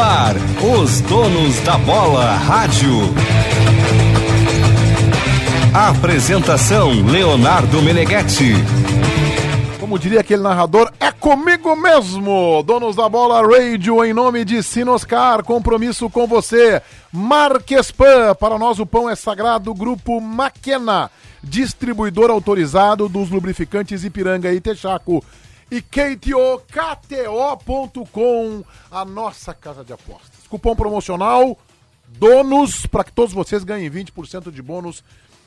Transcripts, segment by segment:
ar, os donos da bola rádio. Apresentação Leonardo Meneghetti. Como diria aquele narrador, é comigo mesmo! Donos da Bola Radio, em nome de Sinoscar, compromisso com você. Marquespan, para nós o pão é sagrado, grupo Maquena, distribuidor autorizado dos lubrificantes Ipiranga e Texaco. E KTO, KTO.com, a nossa casa de apostas. Cupom promocional, donos, para que todos vocês ganhem 20% de bônus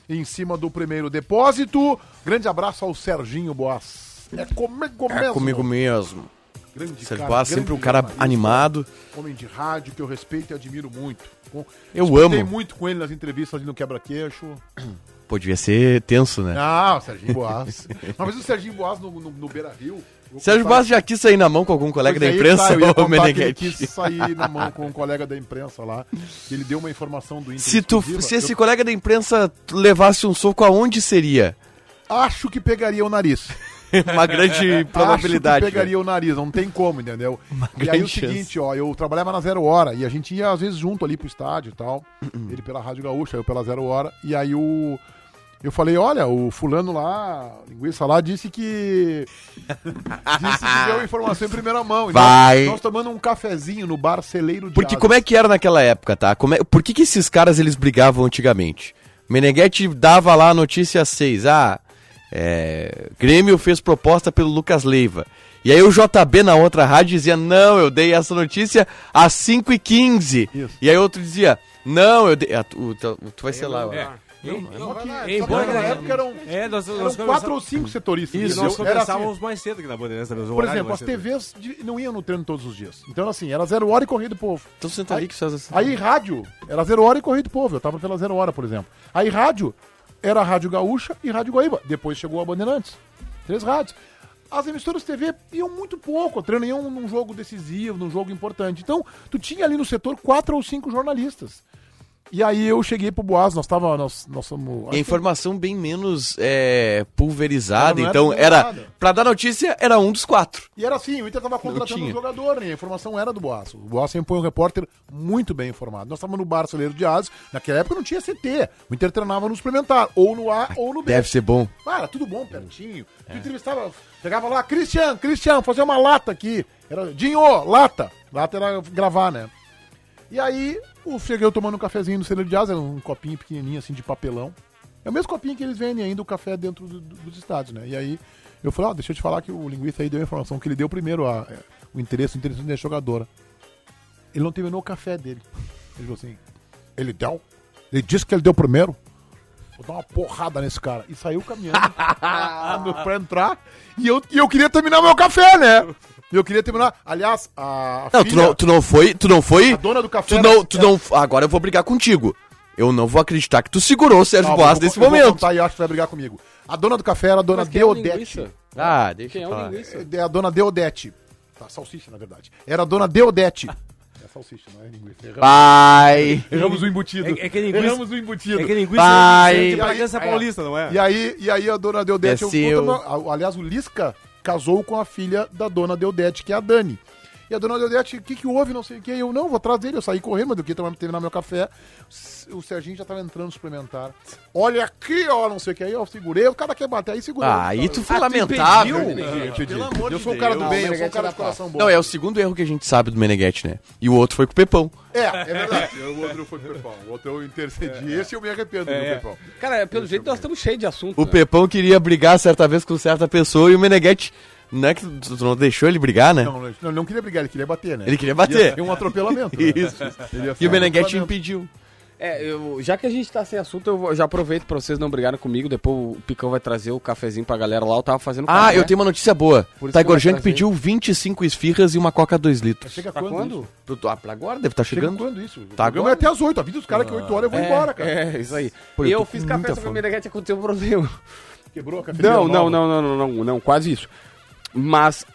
em cima do primeiro depósito. Grande abraço ao Serginho Boas. É comigo É mesmo. comigo mesmo. Grande Sérgio cara, Boas, sempre um grande cara jornalista, animado. Homem de rádio que eu respeito e admiro muito. Com- Eu Escutei amo. muito com ele nas entrevistas ali no Quebra-Queixo. Pô, devia ser tenso, né? Ah, o Serginho Boas. Uma vez o Serginho Boas no, no, no Beira Rio. Sérgio Bastos já quis sair na mão com algum colega da Pois aí imprensa, tá, eu ia ô contar que ele Meneghetti. quis sair na mão com um colega da imprensa lá. Ele deu uma informação do Inter. Se, tu, exclusiva. se esse colega da imprensa levasse um soco, aonde seria? Eu acho que pegaria o nariz. Uma grande probabilidade. Acho que pegaria o nariz, não tem como, entendeu? e aí grande o seguinte, ó, eu trabalhava na Zero Hora e a gente ia às vezes junto ali pro estádio e tal. Uhum. Ele pela Rádio Gaúcha, eu pela Zero Hora. E aí o. Eu falei, olha, o fulano lá, linguiça lá, disse que. disse que deu informação em primeira mão. E Vai. Nós, nós tomando um cafezinho no bar celeiro de Porque Asas. como é que era naquela época, tá? Como é- por que, que esses caras eles brigavam antigamente? Meneghetti dava lá a notícia 6. Ah, é, Grêmio fez proposta pelo Lucas Leiva. E aí o JB na outra rádio dizia, não, eu dei essa notícia às 5 e 15 Isso. E aí outro dizia, não, eu dei... Ah, tu, tu- tu vai ser lá. ó. é. Em- Em Em Só que Boa- naquela época eram, É, nós, nós eram quatro ou cinco setoristas. Isso, entendeu? nós Era assim, começávamos mais cedo que na Bandeirantes. né? O Por horário exemplo, as mais cedo. TVs de- não iam no treino todos os dias. Então, assim, era zero hora e corrida do povo. Então senta ali que faz assim. Aí rádio, era zero hora e correio do povo. Eu tava pela zero hora, por exemplo. Aí rádio, era Rádio Gaúcha e Rádio Guaíba. Depois chegou a Bandeirantes. Três rádios. As emissoras de TV iam muito pouco, treino iam num jogo decisivo, num jogo importante. Então, tu tinha ali no setor quatro ou cinco jornalistas. E aí eu cheguei pro Boas, nós tava, nós, nós somos... E a É informação bem menos é, pulverizada, Não era então era... pulverizada. Pra dar notícia, era um dos quatro. E era assim, o Inter tava contratando um tinha. jogador, né? A informação era do Boaço. O Boaço sempre foi um repórter muito bem informado. Nós estávamos no Barcelona de Ases, naquela época não tinha CT. O Inter treinava no suplementar, ou no A ou no B. Deve É. ser bom. Cara, tudo bom, pertinho. Tu entrevistava, chegava lá, Cristian, Cristian, fazer uma lata aqui. Era, Dinho, lata. Lata era gravar, né? E aí, o, cheguei eu tomando um cafezinho no celeiro de asa, era um copinho pequenininho, assim, de papelão. É o mesmo copinho que eles vendem ainda o café dentro do- do- dos estádios, né? E aí, eu falei, ó, deixa eu te falar que o linguista aí deu a informação que ele deu primeiro a- é, o interesse, o interesse da jogadora. Ele não terminou o café dele. Ele falou assim, ele deu? Ele disse que ele deu primeiro? Vou dar uma porrada nesse cara. E saiu caminhando no- pra entrar. E eu, e eu queria terminar meu café, né? Eu queria terminar. Aliás, a. Não, tu filha- Tá não, tu não foi, tu não foi. A dona do café Tu era- não, tu não. Agora eu vou brigar contigo. Eu não vou acreditar que tu segurou o Sérgio Calma, Boas eu vou- nesse eu vou momento. contar e acho que vai brigar comigo. A dona do café era a dona Mas quem é o Deodete. linguiça? Ah, deixa Quem é eu o falar. linguiça? É a dona Deodete. Tá, salsicha, na verdade. Era a dona Deodete. É salsicha, não é linguiça. Erramos, Vai. erramos o embutido. É- é que linguiça- Erramos o embutido. É que linguiça Vai. é de E aí- Bragança Paulista, não é? E aí, e aí a dona Deodete... É seu. a- aliás, o Lisca casou com a filha da dona Deodete, que é a Dani. E a dona Deodete, o que, que houve, não sei o que. Eu, não, vou atrás dele. Eu saí correndo, mas eu queria tomar- terminar meu café. S- O Serginho já tava entrando no suplementar. Olha aqui, ó, não sei o que. Aí eu segurei, o cara quer bater. Aí segurei. Ah, aí tu foi Ah, tu lamentável. impediu? Eu, entendi. Pelo amor eu de sou um cara do Deus. bem, eu Não, sou um cara era de coração bom. Não, é o segundo erro que a gente sabe do Meneghetti, né? E o outro foi com o Pepão. É, é verdade. É. o outro foi perpão. O outro eu intercedi. Esse eu me arrependo do perpão. Cara, pelo jeito nós estamos cheios de assunto. O né? Pepão queria brigar certa vez com certa pessoa e o Meneghetti. Não é que tu tu não deixou ele brigar, né? Não, não, ele não queria brigar, ele queria bater, né? Ele queria bater. Ia ser um atropelamento. né? Isso. Ele ia ser E um o Meneghetti atropelamento. impediu. É, eu- já que a gente tá sem assunto, eu vou- já aproveito pra vocês não brigarem comigo. Depois o Picão vai trazer o cafezinho pra galera lá. Eu tava fazendo Ah, café. eu tenho uma notícia boa. É. Por isso que eu Tiger atrasei. Junk pediu 25 esfirras e uma coca 2 litros. Chega Pra quando? Tá quando? isso? Ah, pra agora deve estar Chega chegando. quando isso? Tá o programa agora? é até as 8. A vida dos caras que 8 horas eu vou embora, cara. É, isso aí. Pô, eu e tô eu com fiz café muita sobre fome. o Meneghete, aconteceu um problema. Quebrou a cafeteria Não, não, nova. não, não, não, não, não, quase isso. Mas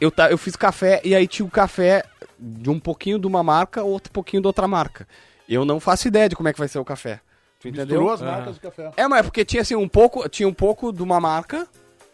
eu, tá, eu fiz café e aí tinha o café de um pouquinho de uma marca, outro pouquinho de outra marca. Eu não faço ideia de como é que vai ser o café. Tu entendeu? Misturou as marcas de café. É, mas é porque tinha assim um pouco, tinha um pouco de uma marca,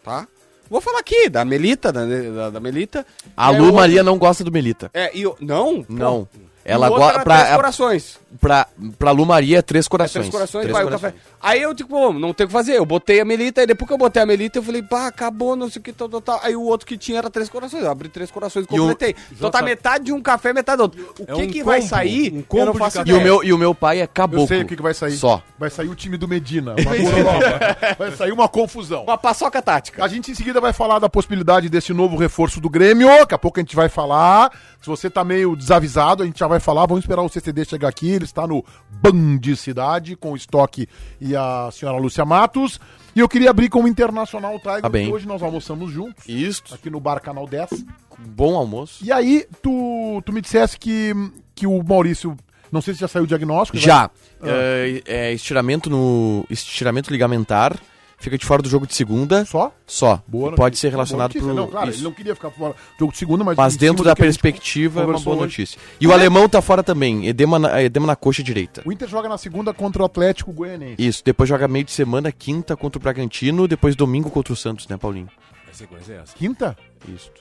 tá? Vou falar aqui, da Melita, da, da, da Melita. A É, Lu outra- Maria não gosta do Melita. É, e eu, não? Pô, Não. Ela E o outro agora era pra, Três corações. pra, pra Lu Maria é Três É, Corações. Três corações, Três vai, o Corações. café. Aí eu, tipo, pô, não tem o que fazer. Eu botei a Melita, aí depois que eu botei a Melita, eu falei, pá, acabou, não sei o que, tal, tal, tal. Aí o outro que tinha era três corações. Eu abri três corações E e o- completei. Então tá metade de um café, metade do outro. O É que um que vai combo, sair? um combo eu não de faço café. E o, ideia. meu, e o meu pai é caboclo. Eu sei o que, que vai sair. Só. Vai sair o time do Medina. Uma nova. vai sair uma confusão. Uma paçoca tática. A gente em seguida vai falar da possibilidade desse novo reforço do Grêmio. Daqui a pouco a gente vai falar. Se você tá meio desavisado, a gente já vai falar. Vamos esperar o CCD chegar aqui. Ele está no Bandicidade com o Estoque e a senhora Lúcia Matos. E eu queria abrir com o Internacional Tiger. Tá bem. que Hoje nós almoçamos juntos Isso. aqui no Bar Canal 10. Bom almoço. E aí, tu, tu me dissesse que, que o Maurício, não sei se já saiu o diagnóstico. né? Já. É, é, estiramento no. Estiramento ligamentar. Fica de fora do jogo de segunda. Só? Só. Boa E notícia. pode ser relacionado Boa pro. notícia. Não, claro, isso. ele não queria ficar fora do jogo de segunda, mas... Mas em cima do dentro da que a gente perspectiva, é uma conversou Né? boa hoje. notícia. E o alemão tá fora também. Edema na, edema na coxa direita. O Inter joga na segunda contra o Atlético Goianiense. Isso. Depois joga meio de semana, quinta contra o Bragantino. Depois domingo contra o Santos, né, Paulinho? A sequência é essa. Quinta? Isso.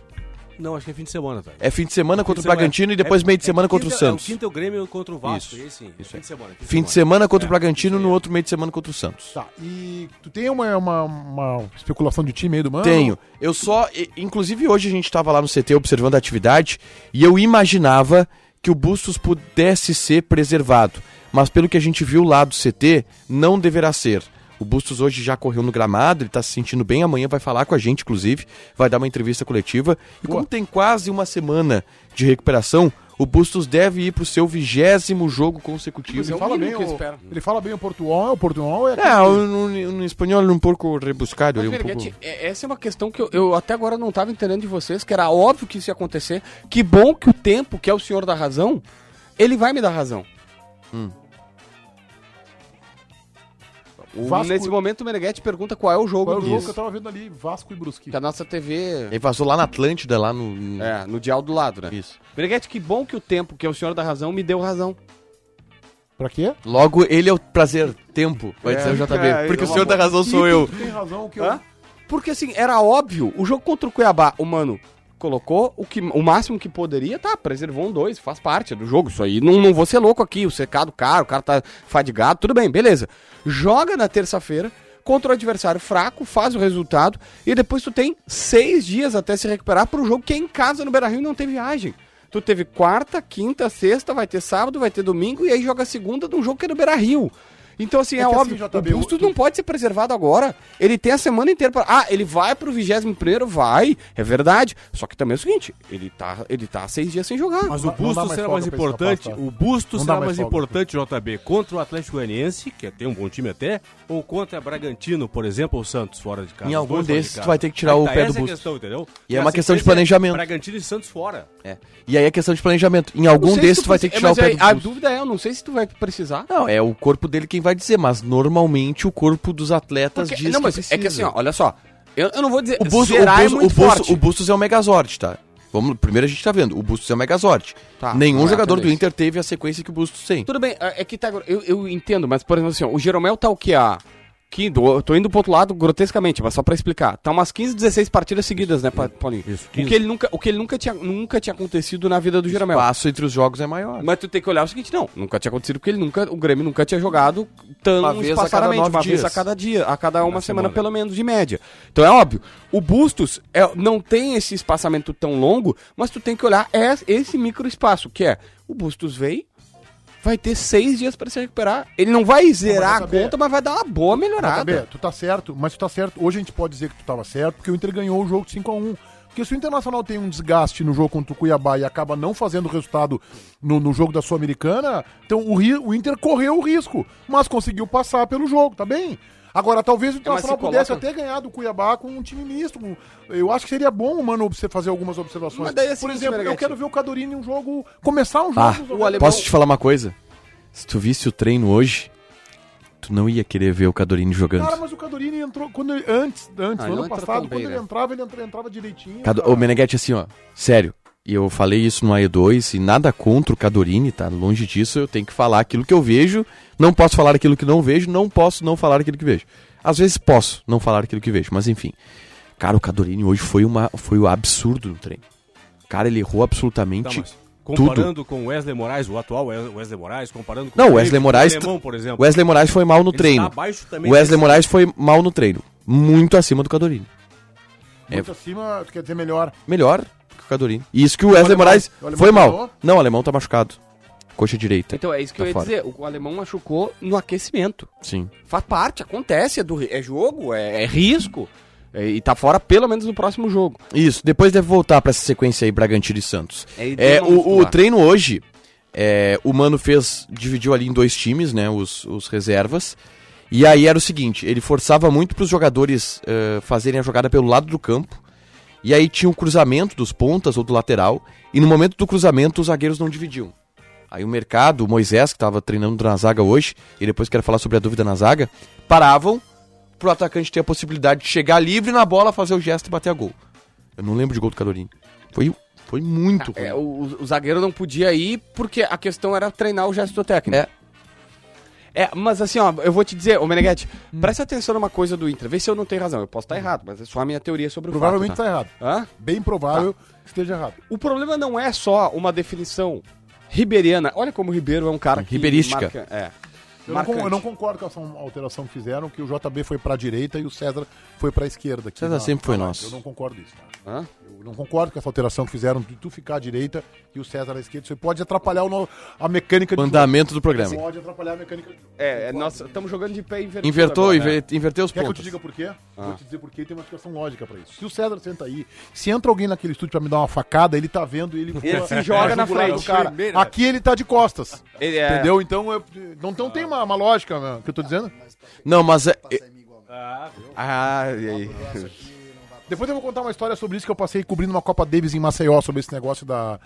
Não, acho que é fim de semana, tá? É fim de semana contra o Bragantino e É depois meio de semana contra o Santos. É quinta é o Grêmio contra o Vasco. Isso, e aí sim, é isso fim aí. de semana. Fim de semana contra o É, Bragantino, isso no aí. outro meio de semana contra o Santos. Tá, e tu tem uma, uma, uma especulação de time aí do Mano? Tenho. Eu só. e- Inclusive, hoje a gente estava lá no CT observando a atividade e eu imaginava que o Bustos pudesse ser preservado. Mas pelo que a gente viu lá do CT, não deverá ser. O Bustos hoje já correu no gramado, ele está se sentindo bem. Amanhã vai falar com a gente, inclusive, vai dar uma entrevista coletiva. E como tem quase uma semana de recuperação, o Bustos deve ir para o seu vigésimo jogo consecutivo. Ele fala, bem o, ele fala bem o Portugal, o Portugal é... É, um, um, um espanhol um pouco rebuscado. ali, Mas, um pouco... Meneghetti, é- essa é uma questão que eu, eu até agora não estava entendendo de vocês, que era óbvio que isso ia acontecer. Que bom que o tempo, que é o senhor da razão, ele vai me dar razão. O- Vasco- Nesse momento o Meneghetti pergunta qual é o jogo Qual é o do- jogo que eu tava vendo ali? Vasco e Brusque. que Tá. a nossa TV Ele vazou lá na Atlântida, lá no. no- é, no dial do lado, né? Isso. Meneghetti, que bom que o tempo, que é o senhor da razão, me deu razão. Pra quê? Logo, ele é o prazer, tempo, vai dizer o JB. é, porque é o uma senhor da razão sou Ih, eu. Tu tem razão que eu... Hã? Porque assim, era óbvio, o jogo contra o Cuiabá, o mano colocou o, que, o máximo que poderia, tá, preservou um dois, faz parte do jogo, isso aí, não, não vou ser louco aqui, o secado caro, o cara tá fadigado, tudo bem, beleza. Joga na terça-feira contra o adversário fraco, faz o resultado e depois tu tem seis dias até se recuperar pro jogo que é em casa no Beira-Rio e não tem viagem. Tu teve quarta, quinta, sexta, vai ter sábado, vai ter domingo e aí joga segunda num jogo que é no Beira-Rio. Então assim, É é, que assim, óbvio, JB, o Busto tu- não pode ser preservado agora. Ele tem a semana inteira pra. Ah, ele vai pro 21 primeiro? Vai, é verdade. Só que também é o seguinte, ele tá, ele tá seis dias sem jogar. Mas Não o dá mais busto folga será mais pra esse importante. rapaz, tá? O busto Não dá será mais mais folga. importante, JB, contra o Atlético Goianiense, que tem um bom time até, ou contra Bragantino, por exemplo, ou Santos fora de casa. Em Os algum dois fora de desses, casa. tu vai ter que tirar Aí o tá, pé do essa é a busto. questão, entendeu? E é Na uma questão de sequência, planejamento. Bragantino e Santos fora. É. E aí é questão de planejamento. Em Não algum sei se desses tu vai ter que tirar o mas pé aí, do A pulso. dúvida é, eu não sei se tu vai precisar. Não, é o corpo dele quem vai dizer, mas normalmente o corpo dos atletas Porque- diz não, que mas é que assim, precisa. ó, olha só. Eu, eu não vou dizer. O Bustos, o, será é Bustos, muito o, Bustos, forte. o Bustos é o Megazord, tá? Vamos, primeiro a gente tá vendo, o Bustos é o Megazord. Tá, não Nenhum é a jogador do tendência. Inter teve a sequência que o Bustos tem. Tudo bem, é é que tá. Eu, eu entendo, mas, por exemplo, assim, ó, o Jeromel tá o que a. Quinto, eu tô indo pro outro lado grotescamente, mas só pra explicar. Tá umas 15, 16 partidas seguidas, né, Pa- Paulinho? isso, o que 15. ele nunca, o que ele nunca tinha, nunca tinha acontecido na vida do O Jeromel. espaço entre os jogos é maior. Mas tu tem que olhar o seguinte, não, nunca tinha acontecido porque ele nunca, o Grêmio nunca tinha jogado tão Uma vez a cada espaçadamente, nove uma dias. vez a cada dia, a cada uma Na semana, semana. pelo menos de média. Então é óbvio, o Bustos é- não tem esse espaçamento tão longo, mas tu tem que olhar es- esse micro espaço, que é, o Bustos veio, vai ter seis dias pra se recuperar. Ele não vai zerar a JB, conta, mas vai dar uma boa JB, melhorada. tu tá certo, mas tu tá certo. Hoje a gente pode dizer que tu tava certo, porque o Inter ganhou o jogo de 5x1. Porque se o Internacional tem um desgaste no jogo contra o Cuiabá e acaba não fazendo resultado no, no jogo da Sul-Americana, então o, ri- o Inter correu o risco, mas conseguiu passar pelo jogo, tá bem? Agora, talvez o Internacional se pudesse coloca- até ganhar do Cuiabá com um time misto. com- Eu acho que seria bom, o mano, você fazer algumas observações. Mas daí é o Por seguinte, exemplo, eu Meneghetti. quero ver o Cadorini em um jogo, começar um jogo. Ah, jogando- o alemão- Posso te falar uma coisa? Se tu visse o treino hoje, tu não ia querer ver o Cadorini jogando. Cara, mas o Cadorini entrou quando ele- antes, antes, Ah, no ele não ano entrou passado, quando tão bem, ele né? entrava, ele entra- entrava direitinho. Cado- cara. Ô, Meneghetti, assim, ó, sério. E eu falei isso no AE2 e nada contra o Cadorini, tá? Longe disso, eu tenho que falar aquilo que eu vejo, não posso falar aquilo que não vejo, não posso não falar aquilo que vejo. Às vezes posso não falar aquilo que vejo, mas enfim. Cara, o Cadorini hoje foi, uma, foi um absurdo no treino. Cara, ele errou Tá, absolutamente mas Comparando com Wesley Moraes, o atual Wes- Wesley Moraes, comparando com Não, o Wesley Grêmio, Moraes- o Alemão, por exemplo. Wesley Moraes foi mal no Ele treino. Está abaixo também Wesley desse- Moraes foi mal no treino. Muito acima do Cadorini. Muito acima, tu quer dizer melhor. Melhor que o Cadorini. E isso que o Wesley alemão- Moraes o alemão foi mal. parou? Não, o alemão tá machucado. Coxa direita. Então é isso que Tá eu ia fora. dizer. O alemão machucou no aquecimento. Sim. Faz parte, acontece, é, do, ri- é jogo, é, é risco. É, e tá fora pelo menos no próximo jogo. Isso, depois deve voltar pra essa sequência aí, Bragantino e Santos. É, e tem É, uma o, o muscular. treino hoje, é, o Mano fez, dividiu ali em dois times, né, os, os reservas. E aí era o seguinte, ele forçava muito pros jogadores eh, fazerem a jogada pelo lado do campo. E aí tinha um cruzamento dos pontas ou do lateral. E no momento do cruzamento, os zagueiros não dividiam. Aí o mercado, o Moisés, que tava treinando na zaga hoje, e depois quero falar sobre a dúvida na zaga, paravam pro atacante ter a possibilidade de chegar livre na bola, fazer o gesto e bater a gol. Eu não lembro de gol do Cadorini. Foi, foi muito ruim. É, o, o- o zagueiro não podia ir porque a questão era treinar o gesto técnico. É. É, mas assim, ó, eu vou te dizer, ô Meneghete, presta atenção numa coisa do Inter. Vê se eu não tenho razão. Eu posso estar errado, mas é só a minha teoria sobre o fato, Provavelmente tá? tá errado. Hã? Bem provável que esteja errado. O problema não é só uma definição ribeirana. Olha como o Ribeiro é um cara que Ribeirística. marca- é. Eu não, con- Marcante. eu não concordo com essa alteração que fizeram, que o JB foi pra direita e o César foi pra esquerda. aqui tá? César sempre foi nosso. Eu não concordo isso, cara. Hã? Eu não concordo com essa alteração que fizeram de tu ficar à direita e o César à esquerda. Isso aí pode atrapalhar o no- a mecânica O de andamento do programa. jogo. Pode atrapalhar a mecânica de jogo. É, é, nós estamos jogando de pé invertido. Invertou, agora, inver- inverteu os Quer que eu pontos. te diga por quê? Vou te dizer por quê, tem uma explicação lógica pra isso. Se o César senta aí, se entra alguém naquele estúdio pra me dar uma facada, ele tá vendo e ele... Ele se pula joga na jugular do frente. cara. Primeiro, Aqui ele tá de costas. né? Ele é- Entendeu? Então, eu- não, não tem uma, uma lógica né, que eu tô dizendo. Não, mas é, Ah, viu? Ah, e aí? Depois eu vou contar uma história sobre isso que eu passei cobrindo uma Copa Davis em Maceió, sobre esse negócio da.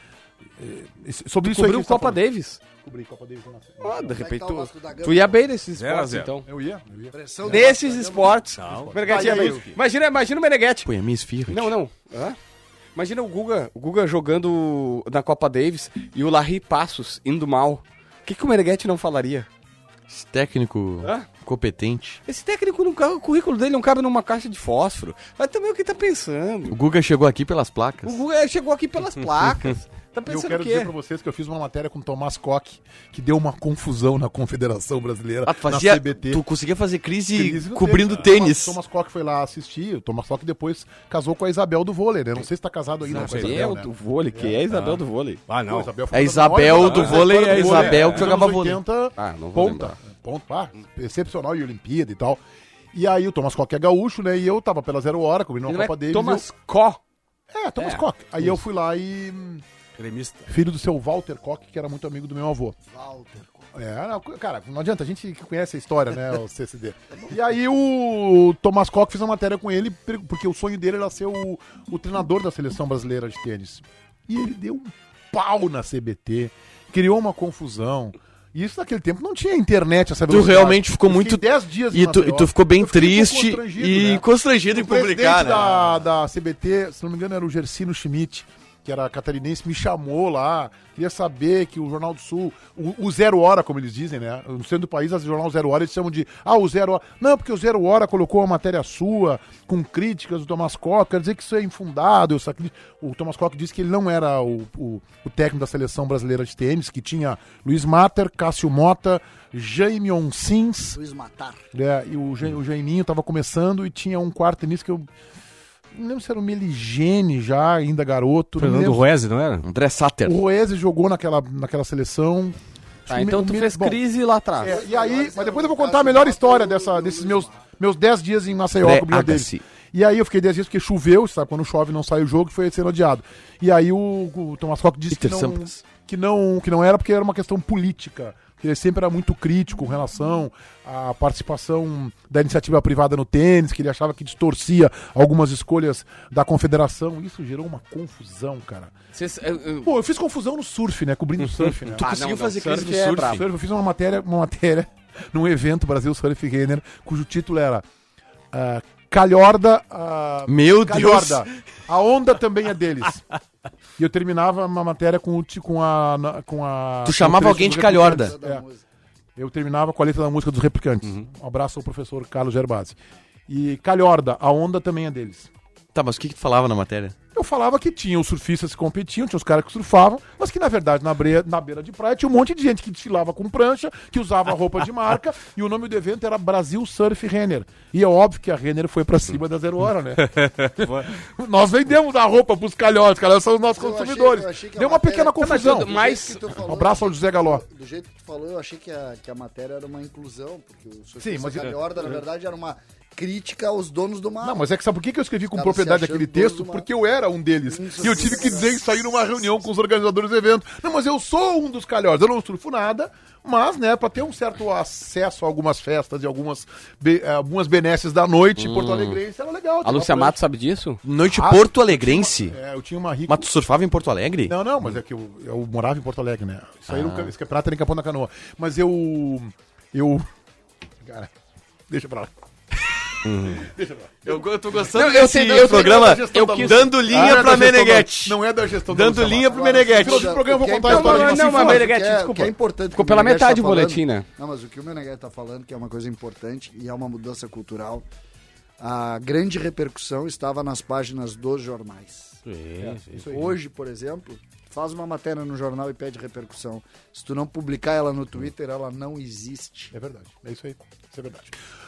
eh, esse- Sobre isso Cobriu aí. tá o Copa Davis. Cobri Copa Davis em Maceió. Ah, de repente, tá o tu, Vasco da Gama? tu ia bem nesses Zero a esportes, zero. então. Eu ia, eu ia. Pressão do Nesses esportes. Não. Meneghetti ia Aí, bem. Imagina, imagina o Meneghete. Põe a minha esfirra. Não, não. Hã? Imagina o Guga, o Guga jogando na Copa Davis e o Larry Passos indo mal. O que, que o Meneghete não falaria? Esse técnico Hã? competente. Esse técnico, não, cabe- o currículo dele não cabe numa caixa de fósforo. Mas também o que tá O pensando? Guga chegou aqui pelas placas. Uhum. O Guga chegou aqui pelas placas. Tá Eu pensando quero o dizer quê? pra vocês que eu fiz uma matéria com o Tomás Koch, que deu uma confusão na Confederação Brasileira, Ah, tu fazia, na CBT. tu conseguia fazer crise, Feliz no cobrindo tênis. tênis. O Thomas Koch foi lá assistir, o Thomas Koch depois casou com a Isabel do vôlei, né? Não sei se tá casado ainda com a Isabel Isabel, né? Tá. do vôlei, que é a Isabel do vôlei. Ah, não. Pô, Isabel foi É uma das maiores Isabel jogadoras do da vôlei, história é do vôlei, Isabel né? que Nos jogava anos vôlei. 80, Ah, não vou ponta, ponta, ah, excepcional em Olimpíada e tal. E aí o Thomas Koch é gaúcho, né? E eu tava pela zero hora, cobrindo uma Ele não Copa é Davis. Thomas Có. e eu- É, Thomas Koch. Aí eu fui lá e... hum, Gremista. Filho do seu Walter Koch, que era muito amigo do meu avô. Walter. É, não, cara, não adianta, a gente que conhece a história, né, o CCD. E aí o Thomas Koch fez uma matéria com ele, per- porque o sonho dele era ser o, o treinador da seleção brasileira de tênis. E ele deu um pau na CBT, criou uma confusão. E isso naquele tempo não tinha internet, essa Tu velocidade. realmente ficou Eu fiquei muito- 10 dias em E tu, e Maceió. tu ficou bem Eu fiquei um pouco triste constrangido, e né? constrangido em O presidente publicar, né? da, da CBT, se não me engano, era o Gersino Schmidt, que era catarinense, me chamou lá, queria saber que o Jornal do Sul, o, o Zero Hora, como eles dizem, né? No centro do país, as jornal Zero Hora, eles chamam de, ah, o Zero Hora. Não, porque o Zero Hora colocou uma matéria sua, com críticas do Thomas Koch, quer dizer que isso é infundado. eu sacri- O Thomas Koch disse que ele não era o, o, o técnico da seleção brasileira de tênis, que tinha Luiz Mater, Cássio Mota, Jaime Onsins, Luiz Matar. é, e o, Jai- o Jaiminho tava começando e tinha um quarto tenista que eu. Não lembro se era o Meligene já, ainda garoto. não Fernando lembro. Ruese, não era? né? André Sater. O Roese jogou naquela, naquela seleção. Tá, então O tu Mil- fez bom, crise lá atrás. é, e aí, mas depois eu vou contar a melhor história dessa, desses meus, meus 10 dias em Maceió Pré- com o Brilho Agassi. Davis. E aí eu fiquei 10 dias porque choveu, sabe? Quando chove não sai o jogo e foi sendo adiado. E aí o, o Thomas Koch disse que Peter não, Sampras. que, não, que não era porque era uma questão política. que Ele sempre era muito crítico em relação à participação da iniciativa privada no tênis, que ele achava que distorcia algumas escolhas da confederação. Isso gerou uma confusão, cara. Cês- eu- eu- Pô, eu fiz confusão no surf, né? Cobrindo surf, né? Ah, conseguiu não, não, fazer surf crise no é surf? brabo. Surf, Ah, eu fiz uma matéria, uma matéria num evento Brasil Surf Renner, cujo título era ah, Calhorda. ah, Meu Calhorda. Deus. A onda também é deles. E eu terminava uma matéria com, o ti- com a. na- Com a Tu chamava com o trecho alguém dos de calhorda. Uhum. replicantes. É. Eu terminava com a letra da música dos replicantes. Um abraço ao professor Carlos Gerbasi. E Calhorda, a onda também é deles. Tá, mas o que, que tu falava na matéria? Eu eu falava que tinha os surfistas que competiam, tinha os caras que surfavam, mas que na verdade na, breia, na beira de praia tinha um monte de gente que desfilava com prancha, que usava roupa de marca, e o nome do evento era Brasil Surf Renner. E é óbvio que a Renner foi pra cima da Zero Hora, né? Nós vendemos a roupa pros calhotes, cara, são os nossos Eu achei- consumidores. eu achei que a Deu uma matéria- Tá, pequena confusão. Do jeito Mas- que tu falou, Um abraço ao José Galó. Do jeito que tu falou, eu achei que a, que a matéria era uma inclusão, porque o Sim, surfista mas- é. Calhorda, na verdade, era uma crítica aos donos do mar. Não, mas é que sabe por que que eu escrevi com Cara, propriedade se achando aquele dono texto? do mar. Porque eu era um deles. Isso, e eu sim, tive que cara. dizer isso aí numa reunião com os organizadores do evento. Não, mas eu sou um dos calhós. Eu não surfo nada, mas, né, pra ter um certo acesso a algumas festas e algumas, be- eh, algumas benesses da noite porto alegrense, era legal. Hum. A tinha uma Lúcia prancha. Mato sabe disso? Noite Ah, Porto Alegrense? É, eu tinha uma rica... Mas tu surfava em Porto Alegre? Não, não, mas é que eu, eu morava em Porto Alegre, né? Isso aí era um ca- esse campeonato era em Capão da Canoa. Mas eu. Eu. Cara, deixa pra lá. Eu, eu tô gostando Não, eu desse sei- eu sei- programa. eu Eu quis- dando linha é da pra gestão da- Meneghete. Não é da gestão da Dando Lúcia linha Mato. pro Meneghete. Final do programa eu vou O que é contar a história importante- de uma Não, mas sinfonia. Meneghete, que é- desculpa. que é importante Ficou que o pela Meneghete metade tá o falando. boletim, né? Não, mas o que o Meneghete tá falando, que é uma coisa importante e é uma mudança cultural, a grande repercussão estava nas páginas dos jornais. É. Hoje, por exemplo, faz uma matéria no jornal e pede repercussão. Se tu não publicar ela no Twitter, ela não existe. É verdade. É isso aí. Isso é verdade.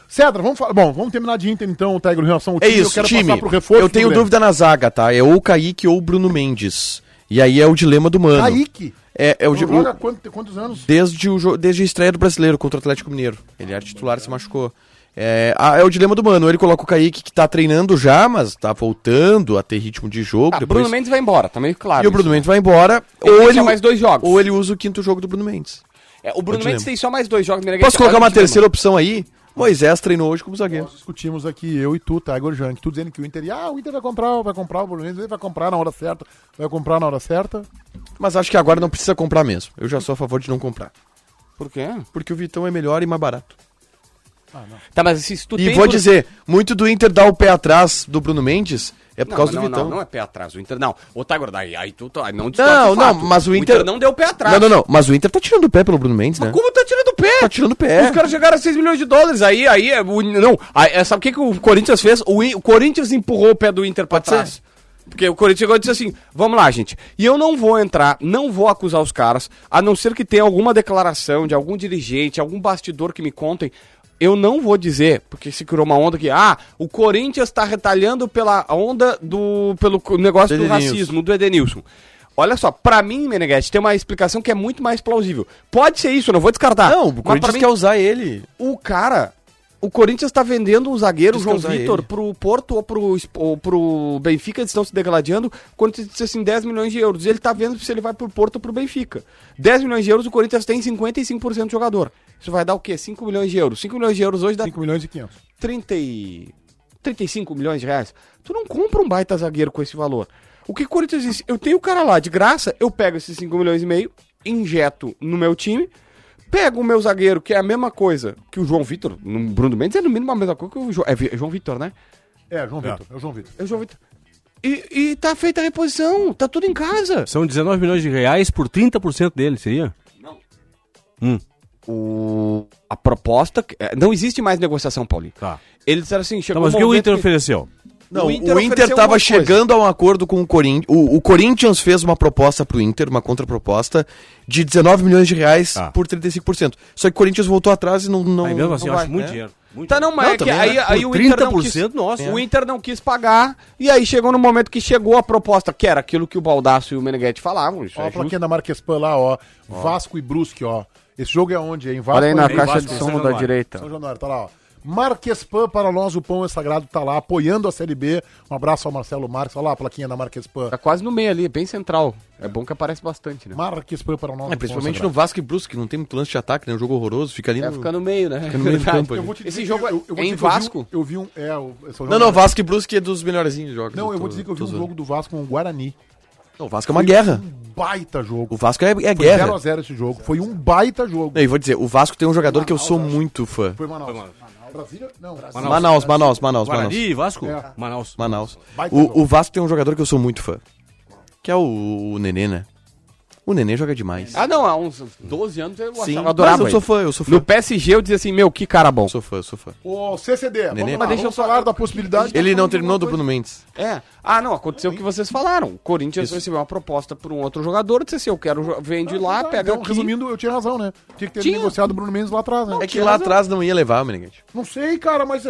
Cedra, vamos falar. Bom, vamos terminar de Inter então, Tiger, em relação ao É time. isso, eu quero time. passar pro reforço. eu tenho do Grêmio. dúvida na zaga, tá? É ou o Kaique ou o Bruno Mendes. E aí é o dilema do mano. Kaique. É, é o, Não di- joga o- há quanto- quantos anos? desde, o jo- desde a estreia do brasileiro contra o Atlético Mineiro. Ele era titular e se machucou. É, ah, é o dilema do mano. Ele coloca o Kaique que tá treinando já, mas tá voltando a ter ritmo de jogo. Ah, depois... Bruno Mendes vai embora, tá meio claro. E o isso. Bruno Mendes vai embora. Ele ou, tem ele, só mais dois jogos. ou ele usa o quinto jogo do Bruno Mendes. É, o Bruno Eu te Mendes lembro. tem só mais dois jogos. Meneghete Posso tá quase colocar uma no dilema. terceira opção aí? Moisés treinou hoje como zagueiro. Nós discutimos aqui, eu e tu, Tiger Junk, tu dizendo que o Inter, ia, ah, o Inter vai comprar, vai comprar, o Bruno Mendes ele vai comprar na hora certa, vai comprar na hora certa. Mas acho que agora não precisa comprar mesmo. Eu já sou a favor de não comprar. Por quê? Porque o Vitão é melhor e mais barato. Tá, mas se se tu E tem vou Bruno- dizer, muito do Inter dar o pé atrás do Bruno Mendes é por Não, causa não, do não, Vitão. não é pé atrás. O Inter, não. Ô, Tagor, daí aí tu tá- não distorce Não, o não, fato. mas o Inter... não deu pé atrás. Não, não, não, mas o Inter tá tirando o pé pelo Bruno Mendes, né? Como tá tirando o pé? Tá tirando o pé. Os caras chegaram a 6 milhões de dólares. Aí, aí, é, o- não. Aí, é, sabe o que, que o Corinthians fez? O, In- o Corinthians empurrou o pé do Inter pra trás. Porque o Corinthians chegou e disse assim: vamos lá, gente. E eu não vou entrar, não vou acusar os caras, a não ser que tenha alguma declaração de algum dirigente, algum bastidor que me contem. Eu não vou dizer, porque se criou uma onda que, ah, o Corinthians tá retalhando pela onda do. pelo co- negócio do Edenilson. racismo, do Edenilson. Olha só, pra mim, Meneghetti, tem uma explicação que é muito mais plausível. Pode ser isso, eu não vou descartar. Não, o mas pra Corinthians mim, quer usar ele. o cara. O Corinthians tá vendendo um zagueiro, o Diz que João usar Vitor, ele. pro Porto ou pro, Sp- ou pro Benfica, eles estão se degladiando. O Corinthians disse assim: 10 milhões de euros. E ele tá vendo se ele vai pro Porto ou pro Benfica. 10 milhões de euros, o Corinthians tem 55% de jogador. Isso vai dar o quê? 5 milhões de euros. 5 milhões de euros hoje dá 5 milhões e 500. 30 e... 35 milhões de reais. Tu não compra um baita zagueiro com esse valor. O que o Corinthians disse? Eu tenho o cara lá de graça, eu pego esses 5 milhões e meio, injeto no meu time, pego o meu zagueiro, que é a mesma coisa que o João Vitor, no Bruno Mendes é no mínimo a mesma coisa que o João, é Vi- é João Vitor, né? É, João Vitor, é o João Vitor. É o João Vitor. E, e tá feita a reposição, tá tudo em casa. São 19 milhões de reais por 30% dele, seria? O... A proposta... que- é, Não existe mais negociação, Paulinho. Tá. Eles disseram assim, chegou Então, mas o que o momento Inter que- ofereceu? Não, o Inter, ofereceu tava uma coisa. chegando a um acordo com o Corinthians. O, o Corinthians fez uma proposta pro Inter, uma contraproposta, de 19 milhões de reais Tá. Ah. por 35%. Só que o Corinthians voltou atrás e não. não Aí mesmo assim, não eu vai, acho muito né? dinheiro. Muito Tá, não, mas Não, é que também, aí, né? aí Por o Inter não quis, 30%, nossa. o Inter não quis pagar, e aí chegou no momento que chegou a proposta, que era aquilo que o Baldaço e o Meneghetti falavam, isso Ó, é a justo. plaquinha da Marquespan lá, ó. Vasco e Brusque, ó. Esse jogo é onde, hein? Vasco Olha aí e na Brusque. caixa Vasco de e som São da Januário. direita. São Januário, tá lá, ó. Marquespan, para nós o pão é sagrado, tá lá, apoiando a Série B. Um abraço ao Marcelo Marques, olha lá a plaquinha da Marquespan. Tá quase no meio ali, bem central. É bom que aparece bastante, né? Marquespan para nós É, principalmente no Vasco e Brusque, que não tem muito lance de ataque, né? Um jogo horroroso, fica ali É no... ficar no meio, né? no meio do Verdade. campo ali. Eu vou te dizer Esse que jogo é- eu- eu vou é te em dizer que eu vi Vasco? um- Eu vi um. É, o São Não, Januário. não, Vasco e Brusque é dos melhorzinhos jogos. Não, eu vou tô- dizer que eu vi tô um zoando. jogo do Vasco com o Guarani. Não, o Vasco é uma guerra. Um baita O jogo. Vasco é, é Foi 0x0 guerra. esse jogo. Foi um baita jogo. Não, e vou dizer, o Vasco tem um jogador que eu sou muito fã. Foi Manaus. Brasília? Não, Brasília. Manaus, Manaus, Manaus, Manaus. Guarani, Vasco? É. Manaus. Manaus. Baita O, jogo. o Vasco tem um jogador que eu sou muito fã. Que é o, o Nenê, né? O Nenê joga demais. Ah, não, há uns 12 anos eu Sim, achava, mas adorava eu ele. sou fã, eu sou fã. No PSG eu dizia assim, meu, que cara bom. Sou fã, sou fã. O CCD, Nenê. vamos lá, Mas deixa deixa eu eu só- falar da possibilidade. Ele não terminou do Bruno Mendes. É. Ah, não, aconteceu o que vocês falaram. O Corinthians recebeu uma proposta por um outro jogador, disse assim, eu quero, jo- vende lá, Ah, Então, pega aqui. resumindo, eu tinha razão, né? Tinha que ter Tinha. negociado o Bruno Mendes lá atrás, né? É que lá atrás não ia levar o Meneghete. Não sei, cara, mas.